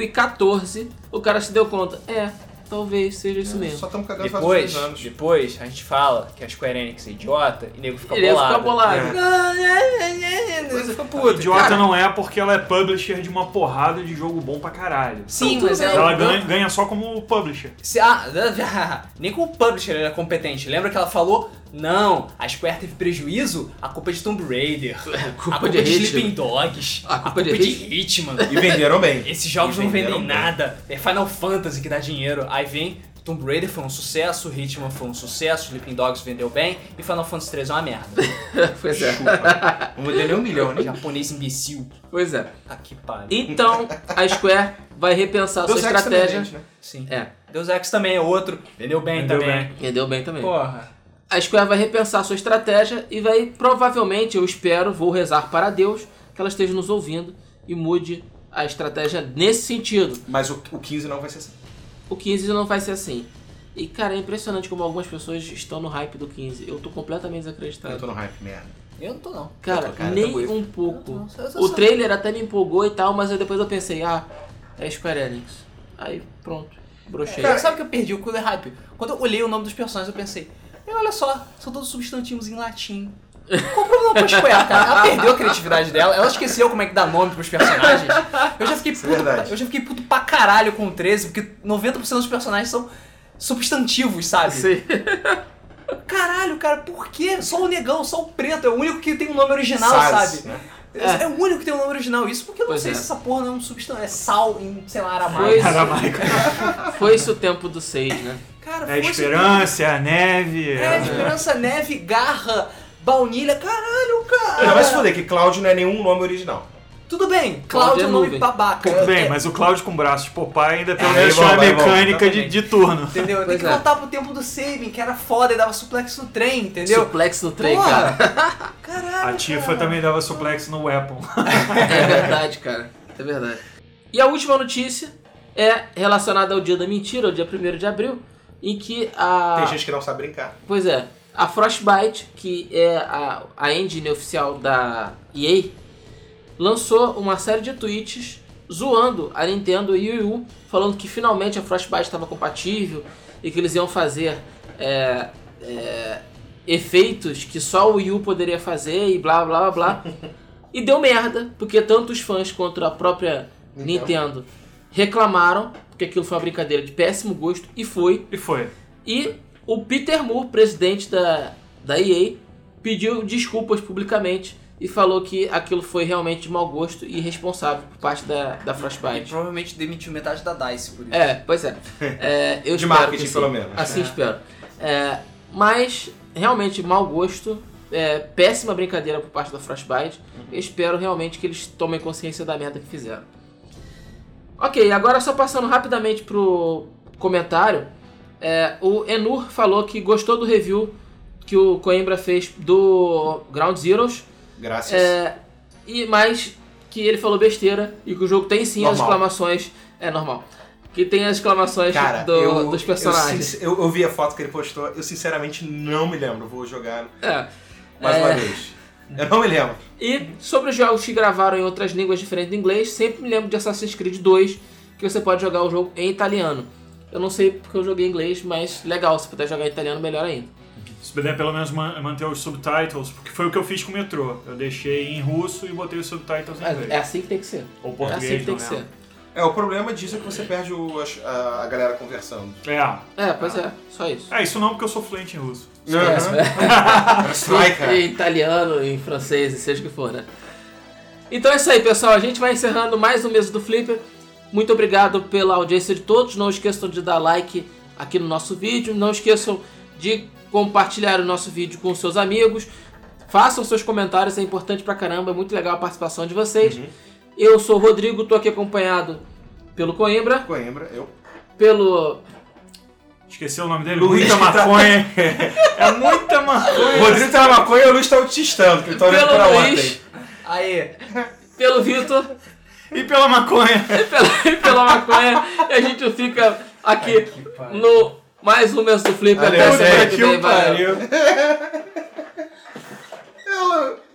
2014, o cara se deu conta. É, talvez seja isso mesmo. Só estamos cagando Depois, faz uns dois anos. depois, a gente fala que a Square Enix é idiota e nego fica Ele ia bolado. ficar bolado. É. Não, é, é, coisa ficou puta. Idiota Cara, não é porque ela é publisher de uma porrada de jogo bom pra caralho. Sim, tudo mas bem. Ela ela. ganha, ganha só como publisher. Se, ah, *laughs* nem com o publisher ele era competente. Lembra que ela falou? Não, a Square teve prejuízo? A culpa é de Tomb Raider. A A culpa culpa é de de Hitman. Sleeping Dogs. é A culpa de Hitman. E venderam *laughs* bem. Esses jogos E não vendem venderam bem. nada. É Final Fantasy que dá dinheiro. Aí vem Tomb Raider foi um sucesso, Hitman foi um sucesso, Sleeping Dogs vendeu bem e Final Fantasy 3 é *laughs* uma merda. Pois é. Não vendeu nem um milhão, né? Japonês imbecil. Pois é. Tá que pariu. Então, a Square vai repensar a sua Deus Ex também estratégia. vende, né? Sim. É, Deus Ex também é outro. Vendeu bem Vendeu também. bem. entendeu bem também. Porra. A Square vai repensar a sua estratégia e vai provavelmente, eu espero, vou rezar para Deus que ela esteja nos ouvindo e mude a estratégia nesse sentido. Mas o, o 15 não vai ser assim. O 15 não vai ser assim. E cara, é impressionante como algumas pessoas estão no hype do 15. Eu tô completamente Eu tô desacreditado. no hype, merda. Eu não tô não. Cara, Eu tô, cara, nem tá bonito. um Eu pouco. não sei, eu só O sei. trailer até me empolgou e tal, mas eu, depois eu pensei, ah, é Square Enix. Aí, pronto, brochei. Cara, sabe que eu perdi o cooler hype? Quando eu olhei o nome dos personagens, eu pensei, "E olha só, são todos substantivos em latim. Qual o problema pra Square, cara? Ela perdeu a criatividade dela, ela esqueceu como é que dá nome pros Ah, *laughs* personagens. Eu já fiquei Isso é puto, pra, verdade. eu já fiquei puto pra caralho com o 13, porque 90% dos personagens são substantivos, sabe? Sim. Caralho, cara, por quê? Só o negão, só o preto, é o único que tem um nome original, Sars, sabe? né? É. o único que tem um nome original. Isso porque eu não Pois sei é. se essa porra não é um substantivo, é sal em, sei lá, aramaico. Pois Cara, Michael. Foi isso o tempo do Sage, né? Cara, É a foi isso mesmo. esperança, é a neve. É, esperança, neve, garra, baunilha, caralho, cara. Não, vai se foder que Cláudio não é nenhum nome original. Tudo bem, Cláudio Cláudio é é um nome nuvem. babaca. Tudo bem, É, mas o Cláudio com braços de Popeye ainda pelo É, menos vai, tinha uma vai, vai, mecânica de, exatamente. de turno. Entendeu? Tem Pois que é. voltar pro tempo do Sabin, que era foda e dava suplex no trem, entendeu? Suplex no trem, cara. Porra! *laughs* Caralho, A Tifa cara. também dava suplex no Weapon. É verdade, cara. É verdade. E a última notícia é relacionada ao dia da mentira, o dia 1 de abril, em que a. Tem gente que não sabe brincar. Pois é, a Frostbite, que é a, a engine oficial da EA, lançou uma série de tweets zoando a Nintendo e o Wii U, falando que finalmente a Frostbite estava compatível e que eles iam fazer é, é, efeitos que só o Wii U poderia fazer e blá blá blá blá. e deu merda, porque tanto os fãs quanto a própria Nintendo reclamaram, porque aquilo foi uma brincadeira de péssimo gosto, e foi. E foi. E o Peter Moore, presidente da, da EA, pediu desculpas publicamente e falou que aquilo foi realmente de mau gosto e irresponsável por parte da, da Ele Frostbite. provavelmente demitiu metade da DICE por isso. É, pois é. É, eu De espero marketing, que sim. pelo menos. Assim É. espero. É, mas, realmente, mau gosto. é, péssima brincadeira por parte da Frostbite. Eu espero realmente que eles tomem consciência da merda que fizeram. Ok, agora só passando rapidamente pro comentário. é, o Enur falou que gostou do review que o Coimbra fez do Ground Zeroes. Graças. É, e mais que ele falou besteira e que o jogo tem sim as Normal. exclamações. É normal. Que tem as exclamações Cara, do- eu, dos personagens. Eu, sinc- eu- eu vi a foto que ele postou, eu sinceramente não me lembro. Vou jogar É. mais uma É. vez. Eu não me lembro. E sobre os jogos que gravaram em outras línguas diferentes do inglês, sempre me lembro de Assassin's Creed 2, que você pode jogar o jogo em italiano. Eu não sei porque eu joguei em inglês, mas legal, se puder jogar em italiano, melhor ainda. Se puder pelo menos man- manter os subtitles, porque foi o que eu fiz com o metrô. Eu deixei em russo e botei os subtitles em inglês. É, é assim que tem que ser. Ou É português, assim que tem não um- que ser. É, o problema disso é que você perde o- as- a, a galera conversando. lembro. É, pois é, só isso. É. É, isso não porque eu sou fluente em russo. Esquece, Uhum. né? Strike, cara. Em italiano, em francês, e seja o que for, né? Então é isso aí, pessoal. A gente vai encerrando mais um mês do Flipper. Muito obrigado pela audiência de todos. Não esqueçam de dar like aqui no nosso vídeo. Não esqueçam de compartilhar o nosso vídeo com seus amigos. Façam seus comentários, é importante pra caramba. É muito legal a participação de vocês. Uhum. Eu sou o Rodrigo, tô aqui acompanhado pelo Coimbra, Coimbra, eu. pelo Esqueceu o nome dele? Luiz que tá- *laughs* muita maconha. é muita maconha. Rodrigo tá na maconha e o Luiz tá autistando, que eu tô olhando pra pelo ontem. Luiz, Aê, pelo Vitor. E pela maconha. pela, *laughs* pela maconha e a gente fica aqui no mais um Tá é mês do Flip. Valeu, Até semana gente. que vem, valeu. Ela-